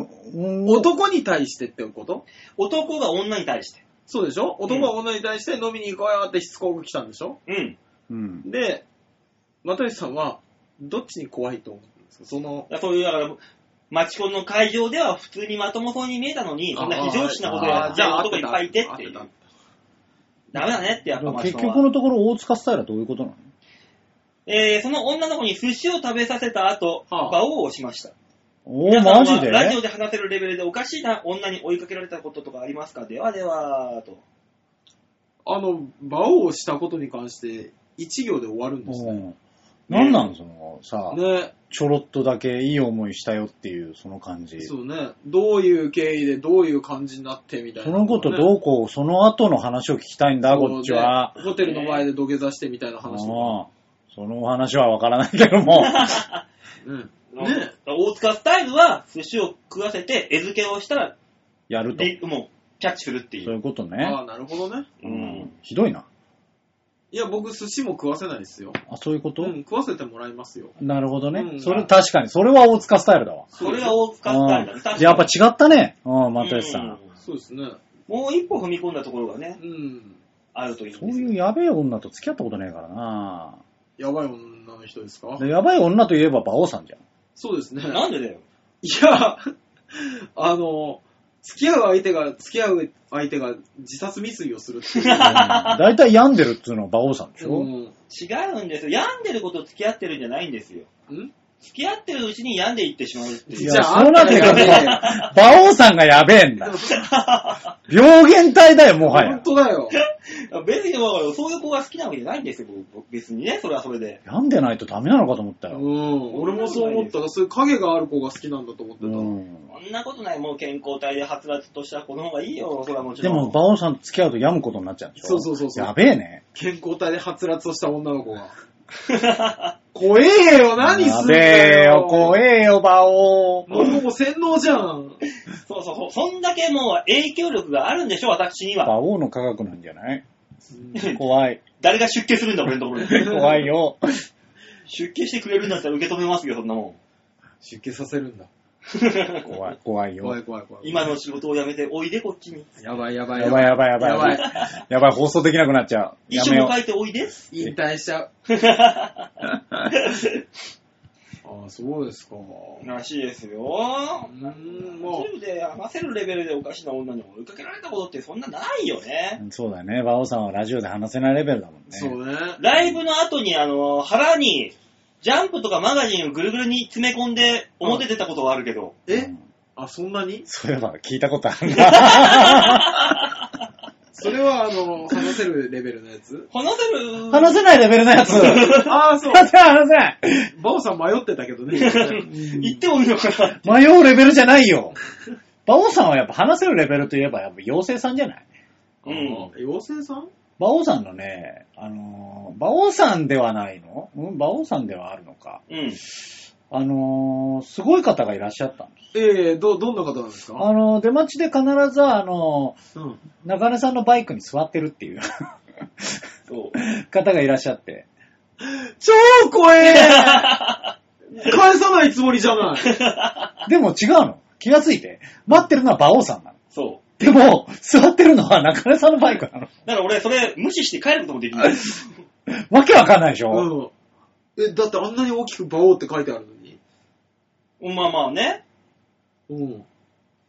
ん男に対してってこと男が女に対して。そうでしょ男は女に対して飲みに行こうよってしつこく来たんでしょうん。うん。で、又吉さんは、どっちに怖いと思うんですかその、いやそういう、だから、マチコンの会場では普通にまともそうに見えたのに、そんな非常識なことあやーじゃあ合男いっぱいいて合っていうた合。ダメだねってやっぱマチ結コンは局のところ大塚スタイルはどういうことなのえー、その女の子に寿司を食べさせた後、はあ馬王をしました。お皆さー、んはマジでラジオで話せるレベルでおかしいな女に追いかけられたこととかありますかではでは、と。あの、馬王をしたことに関して、一行で終わるんですね。うんなんなのその、さ、ね、ちょろっとだけいい思いしたよっていう、その感じ。そそうね。どういう経緯でどういう感じになってみたいな、のことどうこう、その後の話を聞きたいんだ、そうねこっちは。ホテルの前で土下座してみたいなうん話とそのお話はわからないけども。か。ねね大塚スタイルは寿司を食わせて餌付けをしたら、やると。リもうキャッチするってい。そういううことねあ。あ、なるほどね。ううんん。ひどいな。いや、僕、寿司も食わせないですよ。あ、そういうこと、うん、食わせてもらいますよ。なるほどね。うんそれ、確かに。それは大塚スタイルだわ。それが大塚スタイルだね。確かうんにやっぱ違ったね。うん、又吉さ。うんそうですね。もう一歩踏み込んだところがね、うん。あるといいんそですうよいうやべえ女と付き合ったことねえからなやばい女の人ですかでやばい女といえば馬王さんじゃん。そうですね。なんでだよ。いや、あの、付き合う相手が、付き合う相手が自殺未遂をするっていう。 大体病んでるっつうのは馬王さんでしょ、うん違うんですよ。病んでること付き合ってるんじゃないんですよ。ん付き合ってるうちに病んでいってしまうっていいう。やじゃあそうなってくるとあんたがやべ馬王さんがやべえ んだ。病原体だよ、もは本や。当だよ。別にだからそういう子が好きなわけじゃないんですよ、僕別にね、それはそれで。病んでないとダメなのかと思ったうよ。ん。俺もそう思ったら、そういう影がある子が好きなんだと思ってうた。んそんなことない、もう健康体ではつらつとした子の方がいいよ、それはもちでろん。も、馬王さんと付き合うと病むことになっちゃうんでしょそうそうそうそうやべえね。健康体ではつらつとした女の子が。怖えよ、何すやんべだよえよ、。怖えよ、馬も王。うもう洗脳じゃん。 そうそうそう、そんだけもう影響力があるんでしょ、私には。馬王の科学なんじゃない怖い。誰が出家するんだ、俺のところに。 怖いよ。出家してくれるんだったら受け止めますよ、そんなもん。 出家させるんだ。怖い、怖怖いよ。い怖い怖い。今の仕事を辞めて、おいで、こっちに。やばいやばいやばいやばいやばい。やばい。やばい、放送できなくなっちゃう。遺や書めよも書いておいで。引退しちゃう。ああ、そうですか。らしいですよ。うーん、ももう、で話せるレベルでおかしな女に追いかけられたことってそんなないよね。う。そうだね、馬王さんはラジオで話せないレベルだもんねう、。そうね。ライブの後に、あの、腹に、ジャンプとかマガジンをぐるぐるに詰め込んで表出たことはあるけど、うんえあ、そんなにそういえば聞いたことあ るな。それは、あの、話せるレベルの やつ話せる、話せないレベルの やつ。話ああ、そう。せない、話せない。バオさん迷ってたけどね。言ってもいいのかな。迷うレベルじゃないよ。馬王さんはやっぱ話せるレベルといえばやっぱ妖精さんじゃないうん。妖精さん馬王さんのね、あのー、馬王さんではないのうん、馬王さんではあるのか。うん。あのー、すごい方がいらっしゃったんです。ええど、どんな方なんですかあのー、出待ちで必ずあのうん。ー、中根さんのバイクに座ってるっていう そう。方がいらっしゃって。超怖え 返さないつもりじゃない。でも違うの。気がついて。待ってるのは馬王さんなの。そう。でも、座ってるのは中根さんのバイクなの。だから俺、それ無視して帰ることもできない。わけわかんないでしょ、うん。え、だってあんなに大きく馬王って書いてあるのに。まあまあね。うん。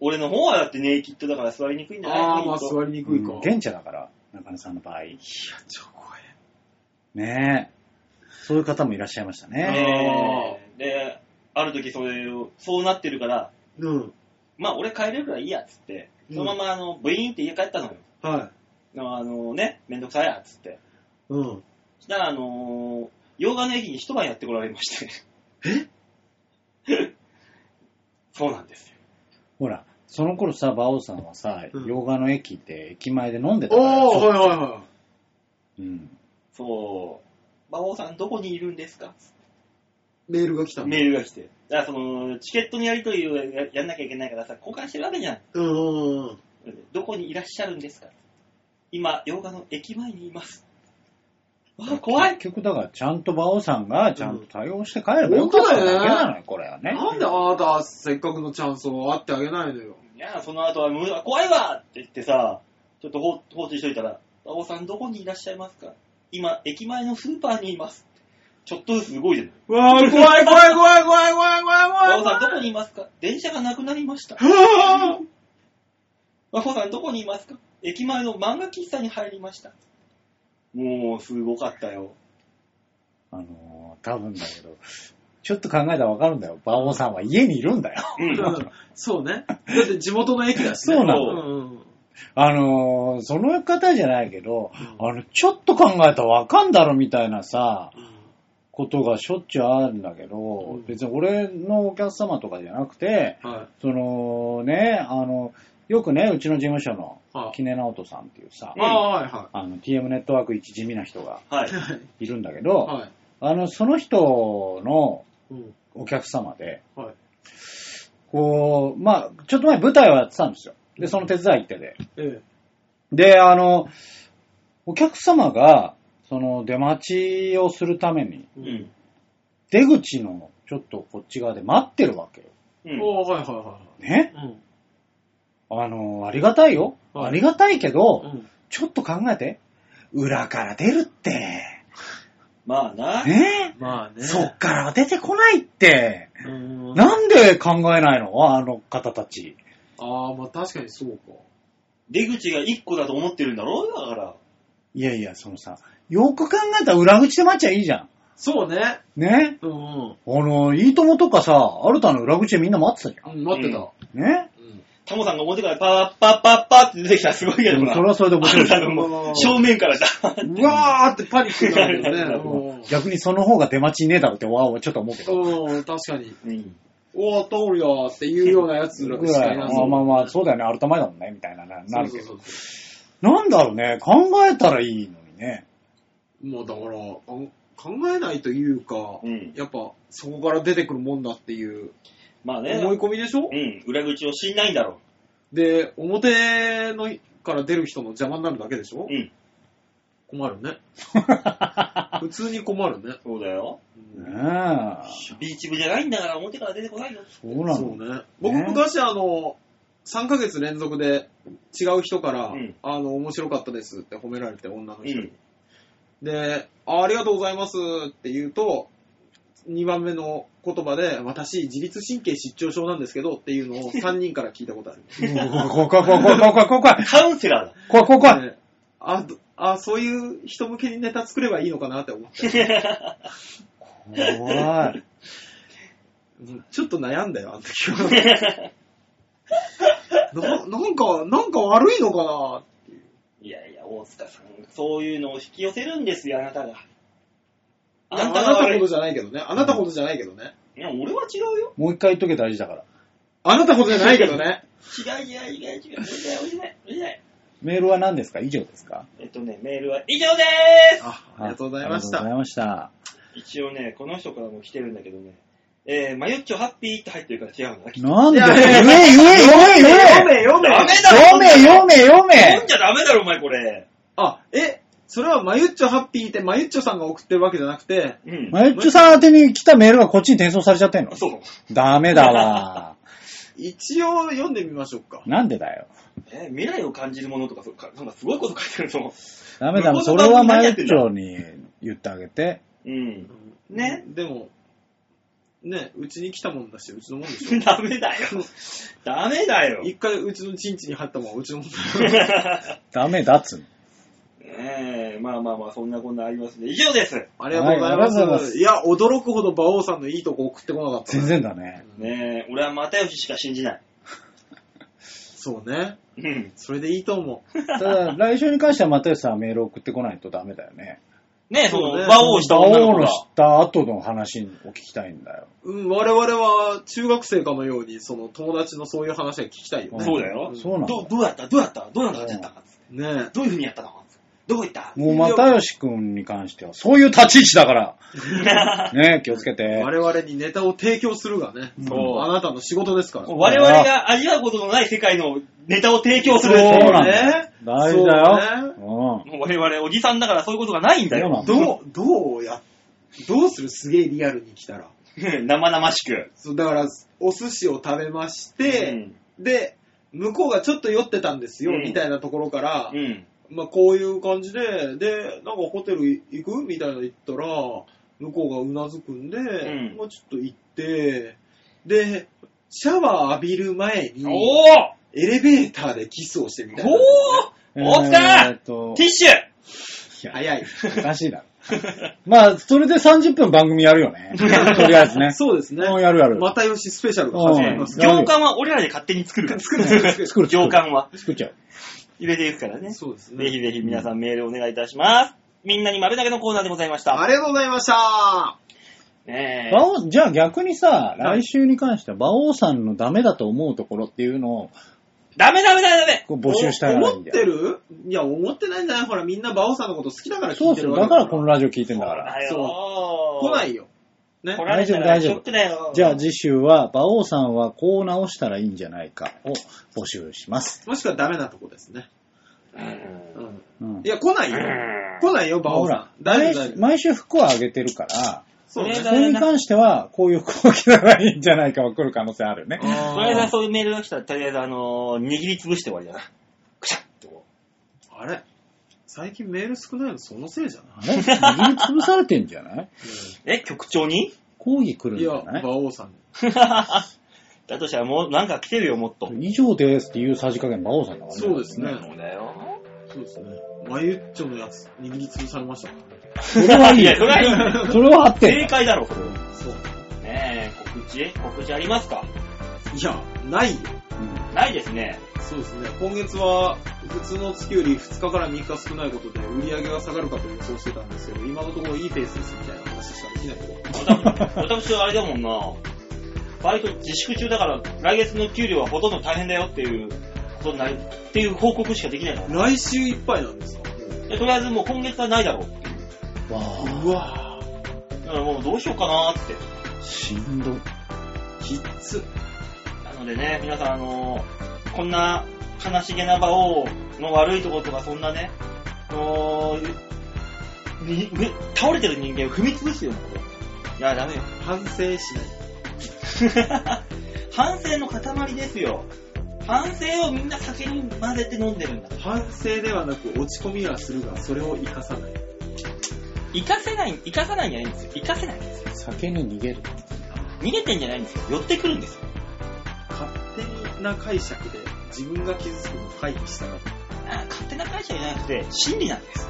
俺の方はだってネイキッドだから座りにくいんじゃないああ、まあきっと座りにくいか。うん現地だから、中根さんの場合。超怖え。ねえ。そういう方もいらっしゃいましたね。えーで、ある時それを、そうなってるから、うん。まあ俺帰れるからいいやっつって、うんそのままあの、ブイーンって家帰ったのよ。はい。あのね、めんどくさいやっつって。うん。そしたらあのー、洋画の駅に一晩やってこられまして。え そうなんですよ。ほら、その頃さ、馬王さんはさ、うん洋画の駅って駅前で飲んでたおかー、ら。はいはいはい。うん。そう。馬王さんどこにいるんですかメールが来たの。メールが来て。だからその、チケットのやり取りをややんなきゃいけないからさ、交換してるわけじゃん。うんうんうん。どこにいらっしゃるんですか今、洋画の駅前にいます。わあ、怖い。結局だから、ちゃんと馬王さんが、ちゃんと対応して帰ればよかっただけなのよ、これはね。なんであなた、せっかくのチャンスを会ってあげないのよ。いや、その後は無理だ、怖いわって言ってさ、ちょっと放放置しといたら、馬王さんどこにいらっしゃいますか今、駅前のスーパーにいます。ちょっとずつ動いてる。うわぁ、怖い怖い怖い怖い怖い怖い怖馬い王さ怖んいどこにいますか電車がなくなりました。はぁ馬王さんどこにいますか駅前の漫画喫茶に入りました。もう、すごかったよ。あのー、多分だけど、ちょっと考えたらわかるんだよ。馬王さんは家にいるんだよ。う ん。うんそうね。だって地元の駅だしね。そうなのうんあのー、その方じゃないけど、うんあの、ちょっと考えたらわかんだろみたいなさ、ことがしょっちゅうあるんだけど、ん別に俺のお客様とかじゃなくて、はそのね、あの、よくね、うちの事務所のい。はい。木根直人さんっていうさ、うんああ、はいはあの、TM ネットワーク一地味な人がはいい。。はいいるんだけど、はい。あの、その人のうんお客様で、はい。こう、まあ、ちょっと前舞台をやってたんですよ。で、その手伝い行ってて。えで、あの、お客様が、その出待ちをするために、え。う。うん出口のちょっとこっち側で待ってるわけよ。うん。おおはいはいはねいはい。うん。あの、ありがたいよ。はいありがたいけうど、ん。ちょっと考えて。裏から出るって。まあな。ねまあね。そっからは出てこないって。うん。あなんで考えないのあの方たち。あ、まあ確かにそうか。出口が1個だと思ってるんだろだから。いやいや、そのさ、よく考えたら裏口で待っちゃいいじゃん。そうね。ねうんうんあの、いいともとかさ、アルタの裏口でみんな待ってたじうん。待ってた。ゃん。ねうん。タモさんが表からパッパッパッパッって出てきたらすごいけでどもな。それはそれで面あ白いれじゃだん。ともううん正面からだ。うわーってパニックになるうよね。逆にその方が出待ちねえだろって、わあ、ちょっと思うけど。うんうん、確かに。うん。おー、通るよーっていうようなやつらぐしからいいなまあまあまあ、そうだよね、アルタ前だもんね、みたいな、ななるそけうそど。うそうそなんだろうね、考えたらいいのにね。う。もうだから、あん考えないというか、うんやっぱそこから出てくるもんだっていうまあね。思い込みでしょ、うん。裏口を知んないんだろで、表のから出る人の邪魔になるだけでしょ、う。うん。困るね。普通に困るね。そうだよ。ねえ。ビーチ部じゃないんだから表から出てこないよ。そうなそうの。ね。僕昔あの、3ヶ月連続で違う人から、うんあの、面白かったですって褒められて、女のう人に。ん。で、あありがとうございますって言うと、2番目の言葉で、私、自律神経失調症なんですけどっていうのを3人から聞いたことある。怖い怖い怖い怖い怖い怖い怖いカウンセラーだ。怖い怖い怖い。であどあ、そういう人向けにネタ作ればいいのかなって思って、怖うい。んちょっと悩んだよ、あの時は。ななんか、なんか悪いのかないやいや、大塚さん、そういうのを引き寄せるんですよ、あなたが。ああななたたがほ悪い。どいじゃないけどね。あなたほどじゃないけどね。や、俺は違うよ。もう一回言っとけ大事だから。あなたほどじゃないけどね。違う違う違う違う。俺じゃない、俺じゃない、俺じゃない。メールは何ですか以上ですかえっとね、メールは以上でーすあありがとうございましあた。りがとうございました。一応ね、この人からも来てるんだけどね、えー、マヨッチョハッピーって入ってるから違うんだ。なんでい言やえいや言え言え読め読めダメだろ読め読め読飲んめじゃダメだろ、お前これ。あ、え、それはマユッチョハッピーってマユッチョさんが送ってるわけじゃなくて、うん。マユッチョさん宛てに来たメールがこっちに転送されちゃってんのそう。ダメだわ。一応読んでみましょうか。なんでだよ。えー、未来を感じるものとか、そうかなんかすごいこと書いてるの。ダメだ向もこん。うのそれはマユッチョに言ってあげて。うん。 ねでも、ね、うちに来たもんだし、うちのもん でしょ。ダメだよ。ダメだよ。一回うちのチンチに入ったもんはうちのもんだよ。ダメだっつうのえー、まあまあまあ、そんなこんなありますね。以上です。ありがとうございます。はいありがとうい、ございますや、驚くほど馬王さんのいいとこ送ってこなかった全な。然だね。ねえ、俺は又吉しか信じない。そうね。うん。それでいいと思う。ただ、来週に関しては又吉さんはメール送ってこないとダメだよね。ねえ、そそうの、ね馬王をした女の馬王子のが知。った後の話を聞きたいんだよ。うん、我々は中学生かのように、その友達のそういう話が聞きたいよね。そうだよ。そうなんだどう、どうやったどうやったどうなんだったかねどういう風にやったのどこ行ったもう又吉くんに関しては、そういう立ち位置 だから。ね気をつけて。我々にネタを提供するがね、そうあなたの仕事ですから。我々が味わうことのない世界のネタを提供する。そうそうなんだね。大事だよ。うん。ん。もう我々、おじさんだからそういうことがないんだよ。そうなどう、どうや、どうするすげえリアルに来たら。生々しく。そう、だから、お寿司を食べましうて、んで、向こうがちょっと酔ってたんですよ、うんみたいなところからう、ん。まあ、こういう感じで、で、なんかホテル行くみたいなの言ったら、向こうがうなずくんで、んもうちょっと行って、で、シャワー浴びる前に、おーエレベーターでキスをしてみたいな。おーおっえーたっとティッシュ早い。おかしいだろ。まあ、それで30分番組やるよ ね。 とりあえずね。そうですね。もうやるやるまたよしスペシャルが始まりますうん。やるよ 行間は俺らで勝手に作るから。作るる作る行間は作っちゃう。入れていくからね。ぜそうですひね。ぜひ皆さんメールお願いいたします。みんなに丸投げのコーナーでございました。ありがとうございました。ねえ馬王じゃあ逆にさ、は来い週に関しては、馬王さんのダメだと思うところっていうのをダメダメダメダメこう募集したらいい思っんだてよ。るいや、思ってないんじゃないほら、みんなバオさんのこと好きだからそ聞ういてそるう。わけだからこのら。ラジオ聞いてんだから。だよ来なよ。いよ。ね来。られたら大丈夫大丈夫ショックだよ。じゃあ次週は、馬王さんはこう直したらいいんじゃないかを募集します。もしくはダメなとこですね。うんうん。うんい。や、来ないよ。来ないよ、バオほさらん。、大毎丈夫、大丈夫。毎週服をあげてるから、そうねこれ。それに関しては、こういう服を着たらいいんじゃないかは来る可能性あるね。あーとりあえずはそういうメールが来たら、とりあえずあのー、握りつぶして終わりだな。くしゃってこあれ最近メール少ないのそのせいじゃないあれ握りつぶされてんじゃないうえ、局長に抗議来るんいじや、ゃな馬い王さん。だとしたらもうなんか来てるよ、もっと。以上ですっていうさじ加減、馬王さんだからね。そうですね。そうだよ。そうですね。マユッチョのやつ、握りつぶされました。それはいいいよや、。それはいいんだよ。それはあってんだ正解だろ、それは。そう。ねえ、告知告知ありますかいや、ないよ。ないですね。そうですね。今月は、普通の月より2日から3日少ないことで、売り上げが下がるかと予想してたんですけど、今のところいいペースですみたいな話しかできないけど。私、私あれだもんな。バイト自粛中だから、来月の給料はほとんど大変だよっていう、ことになり、っていう報告しかできないから。来週いっぱいなんですかでとりあえずもう今月はないだろう。うんわうわだからもうどうしようかなーって。あ、しんどい。ぁ、きっつ。なのでね、皆さん、あのーこんな悲しげな場を、の悪いところとか、そんなね、あのーにに倒れてる人間を踏み潰すようなこと。いや、ダメよ。 反省しない。反省の塊ですよ。反省をみんな酒に混ぜて飲んでるんだ。反省ではなく落ち込みはするが、それを生かさない。生かせない、生かさないんじゃないんですよ。生かせないんですよ。酒に逃げる。逃げてんじゃないんですよ。寄ってくるんですよ。勝手な解釈で自分が傷つくのを回避したがる。あ勝手な会社じゃなくて、真理なんです。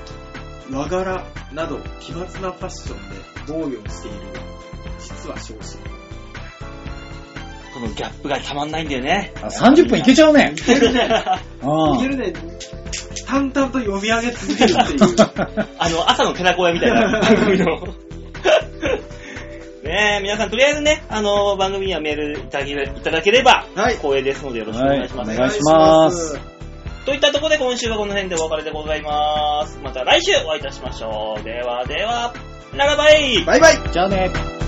和柄など奇抜なファッションで防御しているが、実は昇進。このギャップがたまんないんだよね。あ、30分いけちゃうね。あいけるね、淡々と読み上げ続けるっていう。 あの、朝の寺子屋みたいな 番組の。ねえ、皆さん、とりあえずね、あの、番組にはメールいただけれいただければ、はい光栄ですのでよろしくお願いします。 はいお願いしますといったところで今週はこの辺でお別れでございます。また来週お会いいたしましょう。ではでは、ならばいバイバイじゃあね。